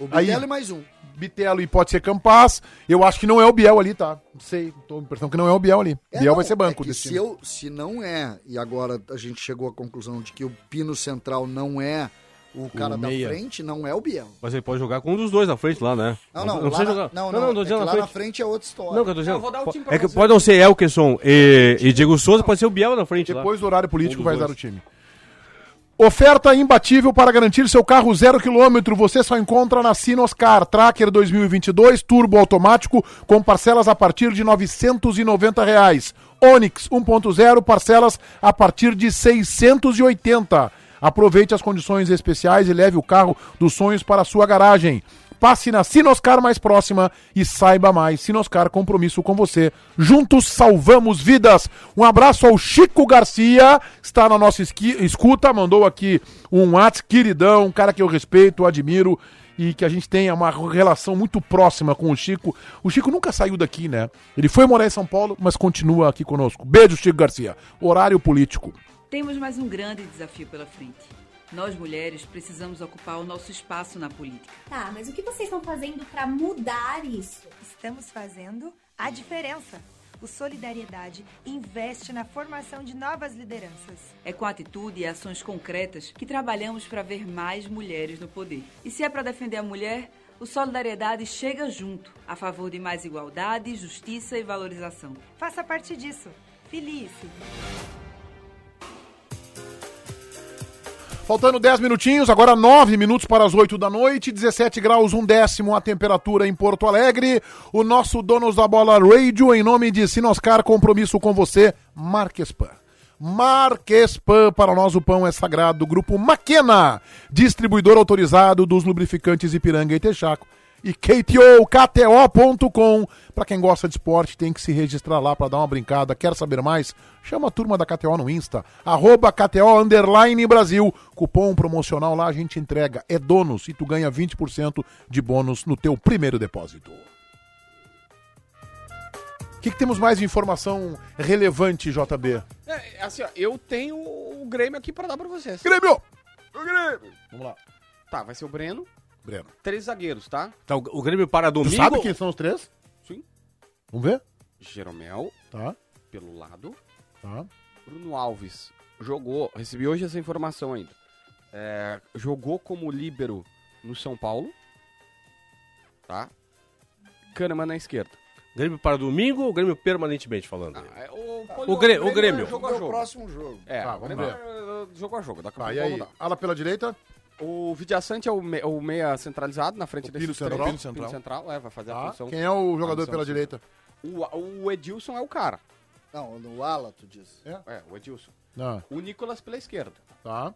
O Aí- Bidelo é mais um. Bitelo e pode ser Campas. Eu acho que não é o Biel ali, tá? Não sei, tô com a impressão que não é o Biel ali. É, Biel não, vai ser banco é que desse se time. eu se não é e agora a gente chegou à conclusão de que o pino central não é o cara da meia. frente não é o Biel Mas ele pode jogar com um dos dois na frente lá, né? não não não lá precisa na- jogar. não não, tô é que dizendo lá na na frente. frente é outra história Não, que eu tô dizendo. eu vou dar o time pra é que vocês. pode não ser Elkerson e, e Diego Souza, pode ser o Biel na frente lá. Depois do horário político Um dos vai dois. dar o time. Oferta imbatível para garantir seu carro zero quilômetro. Você só encontra na Sinoscar Tracker 2022 turbo automático com parcelas a partir de R$ 990 reais. Onix 1.0 parcelas a partir de 680. Aproveite as condições especiais e leve o carro dos sonhos para a sua garagem. Passe na Sinoscar mais próxima e saiba mais. Sinoscar, compromisso com você. Juntos salvamos vidas. Um abraço ao Chico Garcia, está na nossa esqui- escuta, mandou aqui um WhatsApp queridão, um cara que eu respeito, admiro e que a gente tenha uma relação muito próxima com o Chico. O Chico nunca saiu daqui, né? Ele foi morar em São Paulo, mas continua aqui conosco. Beijo, Chico Garcia. Horário político. Temos mais um grande desafio pela frente. Nós mulheres precisamos ocupar o nosso espaço na política. Tá, mas o que vocês estão fazendo pra mudar isso? Estamos fazendo a diferença. O Solidariedade investe na formação de novas lideranças. É com atitude e ações concretas que trabalhamos para ver mais mulheres no poder. E se é para defender a mulher, o Solidariedade chega junto, a favor de mais igualdade, justiça e valorização. Faça parte disso. Felice! Faltando 10 minutinhos, agora 9 minutos para as 8 da noite, 17 graus, um décimo a temperatura em Porto Alegre. O nosso Donos da Bola Radio, em nome de Sinoscar, compromisso com você, Marquespan. Marquespan, para nós o pão é sagrado. Grupo Maquena, distribuidor autorizado dos lubrificantes Ipiranga e Texaco. E KTO, KTO.com. Para quem gosta de esporte, tem que se registrar lá para dar uma brincada. Quer saber mais? Chama a turma da KTO no Insta, arroba KTO Underline Brasil. Cupom promocional lá a gente entrega. É donos e tu ganha 20% de bônus no teu primeiro depósito. O que, que temos mais de informação relevante, JB? É, assim, ó, eu tenho o Grêmio aqui pra dar pra vocês. Grêmio! Vamos lá. Tá, vai ser o Breno, Breno. três zagueiros, tá? Tá, o, o Grêmio para Tu domingo. sabe quem são os três? Sim. Vamos ver? Jeromel, Tá, pelo lado. tá. Bruno Alves jogou, recebi hoje essa informação ainda. É, jogou como líbero no São Paulo. Tá? Kahneman na esquerda. Grêmio para domingo ou Grêmio permanentemente falando? Ah, é, o, O Grê- o Grêmio. Jogo a Meu jogo. próximo jogo. É, Tá, o vamos Grêmio é, jogo a jogo. Daqui a Tá, pouco e eu vou aí? mudar. Ala pela direita? O Vidiaçante é o, me- o meia centralizado na frente O desse Pino Central. Pino Pino central. é, vai fazer a Tá. função. Quem é o jogador Função, pela sim. direita? O, o Edilson é o cara. Não, no ala, tu diz. É, o Edilson. Ah, O Nicolas pela esquerda. tá.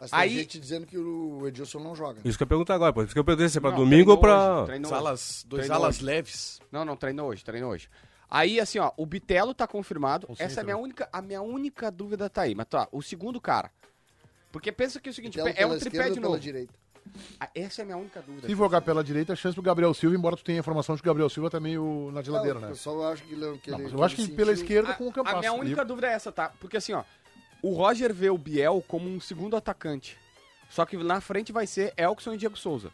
Mas tem Aí- gente dizendo que o Edilson não joga. Isso que eu pergunto agora, pô. Isso que eu perguntei se é pra Não, domingo ou treinou pra. hoje, treinou Dois hoje. alas, dois Treinou alas hoje. leves. Não, não, treinou hoje, treinou hoje. Aí, assim, ó, o Bitelo tá confirmado. Essa é a minha, única, a minha única dúvida tá aí. Mas tá, o segundo cara. Porque pensa que é o seguinte, Belo é pela um tripé esquerda de ou pela novo. direita? Ah, Essa é a minha única dúvida. Se jogar pela direita, a chance do Gabriel Silva, embora tu tenha a informação de que o Gabriel Silva tá meio na geladeira, Não, né? O pessoal acha que, ele- é um que Não, ele- mas eu acho que ele pela sentiu- esquerda A- com o A, Campasso. minha única dúvida é essa, tá? Porque assim, ó, o Roger vê o Biel como um segundo atacante. Só que na frente vai ser Elkson e Diego Souza.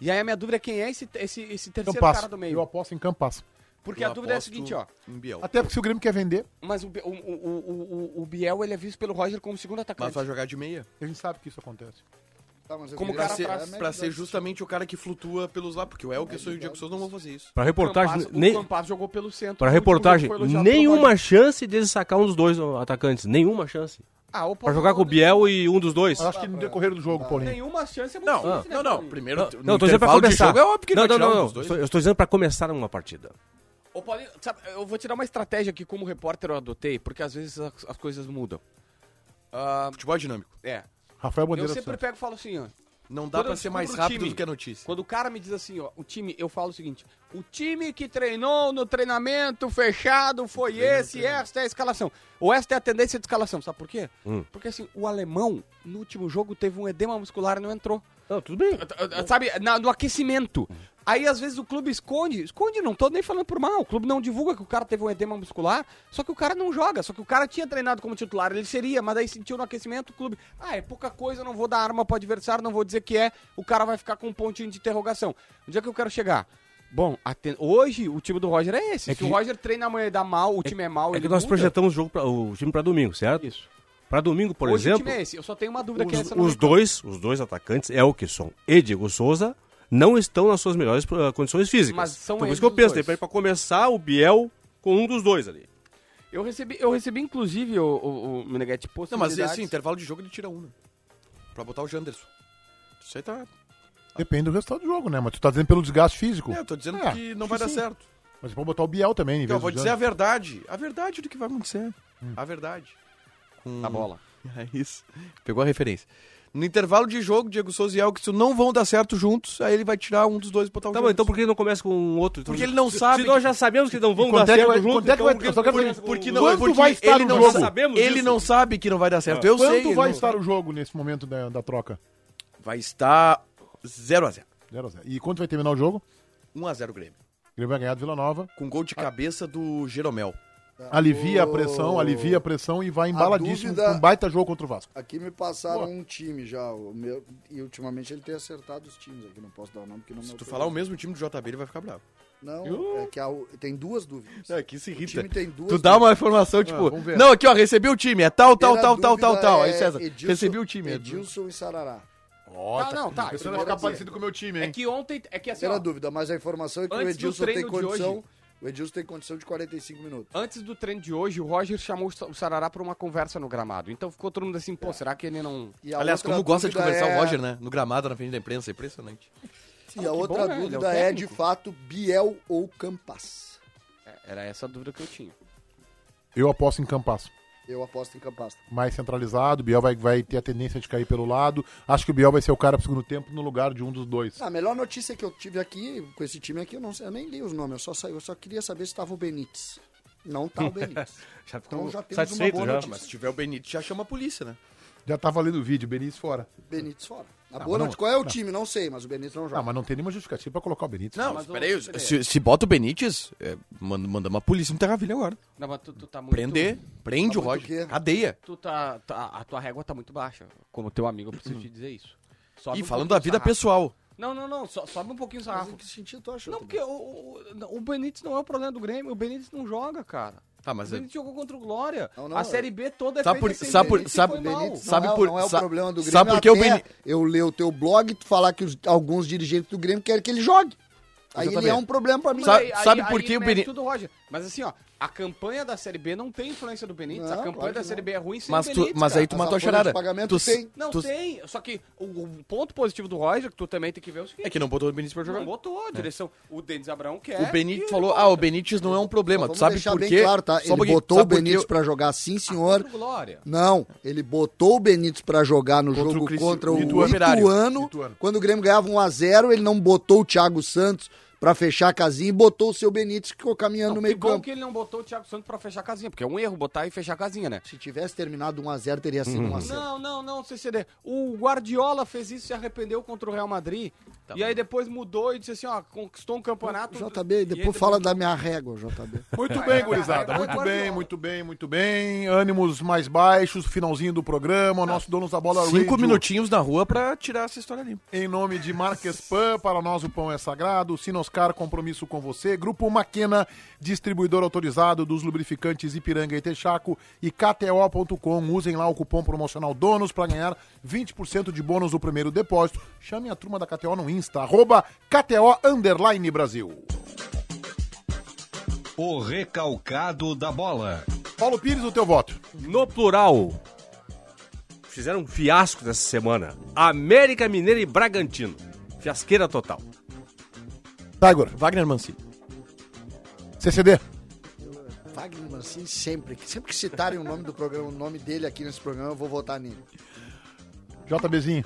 E aí a minha dúvida é quem é esse, esse, esse E terceiro Campasso. cara do Eu meio. aposto em Campasso. Porque a dúvida é a seguinte, ó. Em Biel. Até porque se o Grêmio quer vender, Mas o, Bi- o, o, o, o- o Biel, ele é visto pelo Roger como segundo Mas atacante. vai jogar de meia. a gente sabe que isso acontece. Tá, mas eu Como queria- Pra cara ser, atrás. é pra melhor. ser justamente o cara que flutua pelos lados, porque o Elkerson e o Diego Souza não vão fazer isso. Pra O Campasso- reportagem. o Nem, Campasso jogou pelo centro. o pra último reportagem, jogo foi elogiado pelo nenhuma Roger. chance dele sacar um dos dois ó, atacantes. Nenhuma chance. Ah, o Pra jogar com o Biel e um dos dois. Mas acho que no decorrer do Tá. jogo, Paulinho. Nenhuma chance é muito Não, difícil, né, não, não. Paulinho? Primeiro, no Não, eu tô dizendo pra intervalo de começar. jogo é óbvio que ele vai não, não, tirar não, um dos não. dois. Eu estou dizendo pra começar uma partida. Ô, Paulinho, sabe, eu vou te dar uma estratégia que, como repórter, eu adotei, porque às vezes as, as coisas mudam. Ah, Futebol é dinâmico. é. Rafael Eu Bandeira do sempre Santos. pego e falo assim, ó. Não dá Quando pra eu ser mais descubro o rápido time, do que a notícia. Quando o cara me diz assim, ó, o time, eu falo o seguinte: o time que treinou no treinamento fechado foi esse, esta é a escalação. Ou esta é a tendência de escalação, sabe por quê? Hum. Porque assim, o alemão, no último jogo, teve um edema muscular e não entrou. Não, tudo bem. Ah, Sabe, na- no aquecimento. Aí, às vezes, o clube esconde. Esconde, não tô nem falando por mal. O clube não divulga que o cara teve um edema muscular, só que o cara não joga. Só que o cara tinha treinado como titular, ele seria, mas aí sentiu no aquecimento o clube. Ah, é pouca coisa, não vou dar arma pro adversário, não vou dizer que é. O cara vai ficar com um pontinho de interrogação. Onde é que eu quero chegar? Bom, aten- hoje o time do Roger é esse. É Se que- o Roger treina amanhã e dá mal, o time é mal, É ele que nós muda. projetamos o, jogo pra, o time pra domingo, certo? Isso. Pra domingo, por hoje o exemplo, time é esse. Eu só tenho uma dúvida que é os, essa os dois, os dois atacantes, Elkson e Diego Souza, não estão nas suas melhores eh, condições físicas. Mas são então, por eles isso que eu os penso, dois. tem pra começar o Biel com um dos dois ali. Eu recebi, eu recebi inclusive, o, o, o Meneghete, Não, mas possibilidades. assim, intervalo de jogo ele tira um, né? Pra botar o Janderson. Isso aí tá. Depende do resultado do jogo, né? Mas tu tá dizendo pelo desgaste físico. É, eu tô dizendo É, que não acho vai que dar sim. certo. Mas pode botar o Biel também, em vez Então, eu vou do dizer a Jânio. verdade. A verdade do que vai acontecer. A verdade. Na bola. É isso. Pegou a referência. No intervalo de jogo, Diego Souza e Elkson não vão dar certo juntos, aí ele vai tirar um dos dois e botar o Tá bom, Janderson. então por que não começa com um outro? Porque ele não sabe Se nós que- já sabemos que não vão Quanto Então, dar é que certo vai- juntos, quanto é que então vai- por eu só quero começa saber com- Porque com- não, Quanto porque vai estar ele o não jogo? sabe, Sabemos ele disso. não sabe que não vai dar certo. Eu sei. Quanto ele vai não- estar o jogo nesse momento da, da troca? Vai estar 0 a 0. 0 a 0. E quanto vai terminar o jogo? 1 a 0 Grêmio. O Grêmio vai ganhar do Vila Nova. Com gol de cabeça do Jeromel. Alivia a o- pressão, alivia a pressão e vai embaladíssimo dúvida- com um baita jogo contra o Vasco. Aqui me passaram um time já, o meu, e ultimamente ele tem acertado os times aqui, não posso dar o nome porque não Se tu falar um- o mesmo time do JB, ele vai ficar bravo. Não, é que a- tem duas dúvidas. É, que se O time tem duas né? Tu dá uma informação, tipo, vamos ver. não, aqui ó, recebi o time, é tal, tal, Primeira tal, tal, tal, dúvida tal. é Aí César, Edilson- recebi o time. Edilson e Sarará. tá, não, tá. Isso vai ficar parecido com o meu time, É hein? que ontem. É que assim, Primeira ó, dúvida, mas a informação é que o antes do Edilson treino tem de condição hoje- O Edilson tem condição de 45 minutos. Antes do treino de hoje, o Roger chamou o Sa- o Sarará pra uma conversa no gramado. Então ficou todo mundo assim, pô, será que ele não. E a Aliás, outra como gosta de dúvida conversar é- o Roger, né? No gramado, na frente da imprensa, é impressionante. E a que bom, outra né? Ele é o dúvida é, de técnico. fato, Biel ou Campas. É, Era essa a dúvida que eu tinha. Eu aposto em Campas. Eu aposto em Campas. Mais centralizado, o Biel vai, vai ter a tendência de cair pelo lado. Acho que o Biel vai ser o cara pro segundo tempo no lugar de um dos dois. A melhor notícia que eu tive aqui, com esse time aqui, eu, não, sei- eu nem li os nomes, eu só, saí, eu só queria saber se estava o Benítez. Não tá o Benítez. Já Então ficou já temos uma satisfeito boa já. notícia. Mas se tiver o Benítez, já chama a polícia, né? Já tava lendo o vídeo, Benítez fora. Benítez fora. A Não, mas não- boa notícia, qual é o time? Não sei, mas o Benítez não Ah, joga. mas não tem nenhuma justificativa pra colocar o Benítez. Não, mas mas o- peraí. É. Se, se bota o Benítez, é, manda, manda uma polícia no Terravilha agora. Não, mas tu, tu tá muito. Prender, prende Tá o muito Roger. quê? Cadeia. Tu tá, tá- A tua régua tá muito baixa. Como teu amigo, eu preciso te dizer isso. Sobe E um Hum. falando da pouquinho o vida Tá. sarrafo. pessoal. Não, não, não. so- sobe um pouquinho o Mas sarrafo. em que sentido tu tá acha? Não, Tobias? porque o, o, o Benítez não é o problema do Grêmio. O Benítez não joga, cara. Tá, o mas é- Benítez jogou contra o Glória. Não, não, a eu- Série B toda é Sabe por- feita sem sabe por- Benítez e sabe- foi mal. Não sabe é, por- não é o sa- problema do Grêmio. sabe por que o até Beni- Eu ler o teu blog e tu falar que os- alguns dirigentes do Grêmio querem que ele jogue. Aí ele Exatamente. é um problema pra mim. Sabe- sabe por que o Beni- mérito do Roger. Mas assim, ó, a campanha da Série B não tem influência do Benítez. Não, a campanha claro da que Série não. B é ruim sem Mas, tu, Benítez, mas aí cara. tu As matou a folhas de charada. pagamento Tu, s- tem. Não tu s- tem. Só que o, o ponto positivo do Roger, que tu também tem que ver, é o seguinte. É que não botou o Benítez pra jogar. Não botou a direção. O Denis Abraão quer. É? O Benítez e- falou, ah, o Benítez não é um problema. Tu Vamos sabe deixar por bem quê? claro, tá? Só Ele um pouquinho. botou o Sabe por quê? Benítez pra jogar sim, senhor. Contra o Glória. Não, ele botou o Benítez pra jogar no Contra o jogo Criciú- contra o Ituano. Ituano, Ituano. Quando o Grêmio ganhava 1 a 0 ele não botou o Thiago Santos pra fechar a casinha e botou o seu Benítez que ficou caminhando no Não, que meio bom campo. que ele não botou o Thiago Santos pra fechar a casinha, porque é um erro botar e fechar a casinha, né? Se tivesse terminado 1 a 0 teria sido Uhum. 1 a 0 Não, não, não, CCD. O Guardiola fez isso e se arrependeu contra o Real Madrid. Tá e aí depois mudou e disse assim, ó, conquistou um campeonato. JB, depois fala da minha régua, JB. Muito bem, gurizada. Muito bem, muito bem, muito bem. Ânimos mais baixos, finalzinho do programa. O nosso Donos da Bola Cinco Radio. minutinhos na rua pra tirar essa história ali. Em nome de Marques Pan, para nós o pão é sagrado. Sinoscar, compromisso com você. Grupo Maquena, distribuidor autorizado dos lubrificantes Ipiranga e Texaco. E KTO.com. Usem lá o cupom promocional DONOS para ganhar 20% de bônus no primeiro depósito. Chame a turma da KTO no Insta, arroba KTO Underline Brasil. O recalcado da bola. Paulo Pires, o teu voto. No plural, fizeram um fiasco dessa semana. América Mineira e Bragantino. Fiasqueira total. Tiger, Wagner Mancini. CCD. Wagner Mancini sempre. que- Sempre que citarem o nome do programa, o nome dele aqui nesse programa, eu vou votar nele. JBzinho.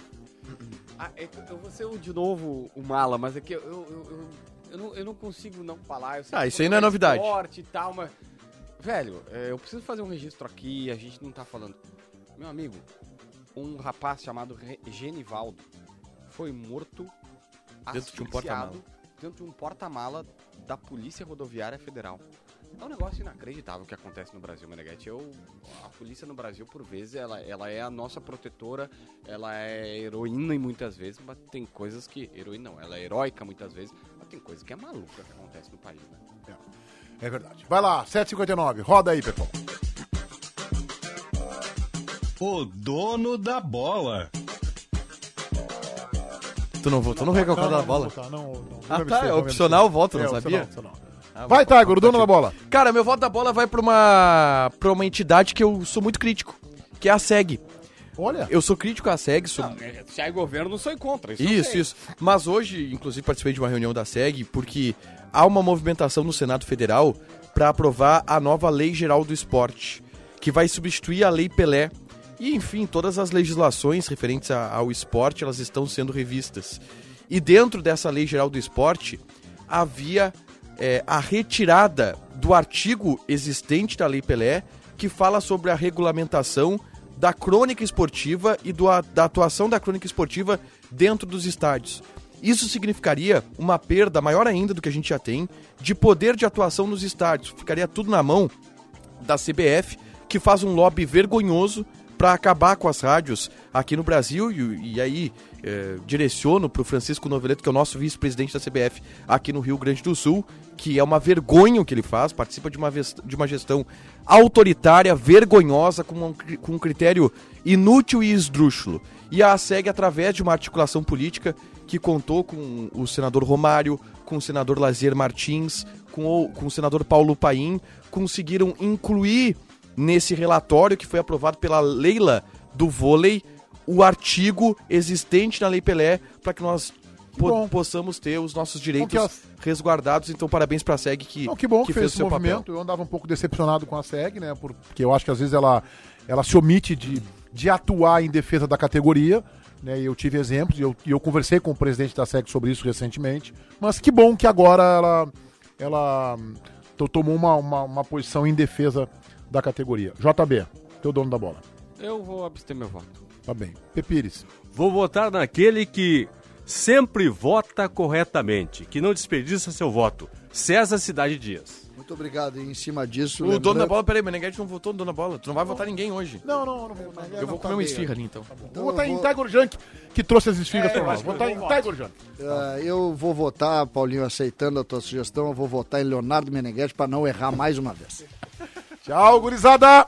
Ah, é que eu vou ser o- de novo o mala, mas é que eu, eu, eu, eu- eu não, eu não consigo não falar. Eu sei Ah, que tá isso aí não é novidade. Forte e tal, mas. Velho, é, eu preciso fazer um registro aqui, a gente não tá falando. Meu amigo, um rapaz chamado Re- Genivaldo foi morto Dentro de um asfixiado porta-mala. dentro de um porta-mala da Polícia Rodoviária Federal. É um negócio inacreditável o que acontece no Brasil, Meneghete. Eu, a polícia no Brasil, por vezes, ela, ela é a nossa protetora, ela é heroína em muitas vezes, mas tem coisas que. Heroína não, ela é heróica muitas vezes, mas tem coisa que é maluca que acontece no país, né? É verdade. Vai lá, 7h59. Roda aí, Pepão. O dono da bola. Tu não votou no recalcado da bola? Não, não, não. Ah, Deve tá, ser, é não deve opcional ser. o voto, não É, sabia? opcional, opcional. Ah, Vai, vou- Tiger, o dono da bola. Cara, meu voto da bola vai pra uma, pra uma entidade que eu sou muito crítico, que é a SEG. Olha, Eu sou crítico à SEG, sou... Se é governo, não sou contra. Isso, Isso, isso. Mas hoje, inclusive, participei de uma reunião da SEG porque há uma movimentação no Senado Federal para aprovar a nova Lei Geral do Esporte, que vai substituir a Lei Pelé. E, enfim, todas as legislações referentes a- ao esporte, elas estão sendo revistas. E dentro dessa Lei Geral do Esporte, havia é, a retirada do artigo existente da Lei Pelé, que fala sobre a regulamentação da crônica esportiva e do a- da atuação da crônica esportiva dentro dos estádios. Isso significaria uma perda maior ainda do que a gente já tem de poder de atuação nos estádios. Ficaria tudo na mão da CBF, que faz um lobby vergonhoso para acabar com as rádios aqui no Brasil. E, e aí eh, direciono para o Francisco Noveleto, que é o nosso vice-presidente da CBF aqui no Rio Grande do Sul, que é uma vergonha o que ele faz, participa de uma, ves- de uma gestão autoritária, vergonhosa, com um, cri- com um critério inútil e esdrúxulo. E a segue através de uma articulação política que contou com o senador Romário, com o senador Lazier Martins, com o, com o senador Paulo Paim, conseguiram incluir nesse relatório que foi aprovado pela Leila do vôlei o artigo existente na Lei Pelé para que nós po- bom. possamos ter os nossos direitos Bom que resguardados. Então, parabéns para a SEG que, Não, que bom que, fez, o esse seu movimento. papel. Eu andava um pouco decepcionado com a SEG, né? por- Porque eu acho que às vezes ela, ela se omite de, de atuar em defesa da categoria. Né? E eu tive exemplos, e eu, e eu conversei com o presidente da SEG sobre isso recentemente. Mas que bom que agora ela, ela hum, to- tomou uma, uma, uma posição em defesa da categoria. JB, teu dono da bola. Eu vou abster meu voto. Tá bem. Pepires. Vou votar naquele que sempre vota corretamente, que não desperdiça seu voto. César Cidade Dias. Muito obrigado. E em cima disso. O dono lembra- da bola, peraí, Meneghete não votou no dono da bola. Tu não vai votar ninguém hoje. Não, não, não vou votar. Eu vou comer um esfirra ali, então. Então vou eu votar em vou- Tiger Junk, que trouxe as esfirras É, pra eu nós. acho que Vou votar eu em vou Tiger Junk. Ah, eu vou votar, Paulinho, aceitando a tua sugestão, eu vou votar em Leonardo Meneghetti para não errar mais uma vez. Tchau, gurizada!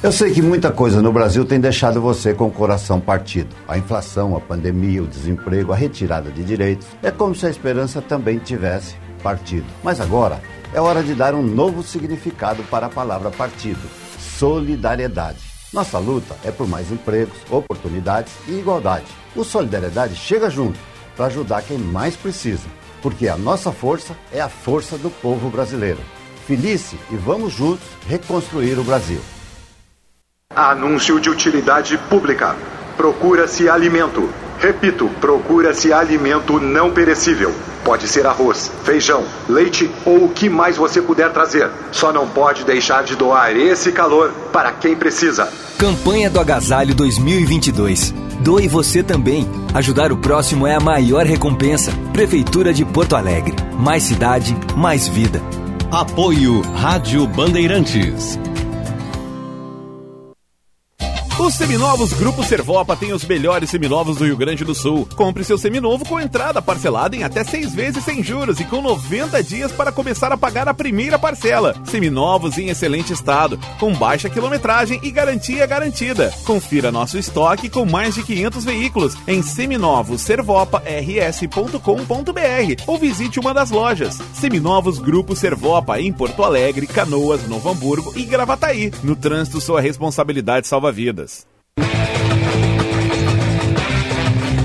Eu sei que muita coisa no Brasil tem deixado você com o coração partido. A inflação, a pandemia, o desemprego, a retirada de direitos. É como se a esperança também tivesse partido. Mas agora é hora de dar um novo significado para a palavra partido: solidariedade. Nossa luta é por mais empregos, oportunidades e igualdade. O Solidariedade chega junto para ajudar quem mais precisa, porque a nossa força é a força do povo brasileiro. Felice e vamos juntos reconstruir o Brasil. Anúncio de utilidade pública. Procura-se alimento. Repito, procura-se alimento não perecível. Pode ser arroz, feijão, leite ou o que mais você puder trazer. Só não pode deixar de doar esse calor para quem precisa. Campanha do Agasalho 2022. Doe você também. Ajudar o próximo é a maior recompensa. Prefeitura de Porto Alegre. Mais cidade, mais vida. Apoio Rádio Bandeirantes. Os seminovos Grupo Servopa tem os melhores seminovos do Rio Grande do Sul. Compre seu seminovo com entrada parcelada em até seis vezes sem juros e com 90 dias para começar a pagar a primeira parcela. Seminovos em excelente estado, com baixa quilometragem e garantia garantida. Confira nosso estoque com mais de 500 veículos em seminovoservopa.rs.com.br ou visite uma das lojas. Seminovos Grupo Servopa em Porto Alegre, Canoas, Novo Hamburgo e Gravataí. No trânsito, sua responsabilidade salva vidas.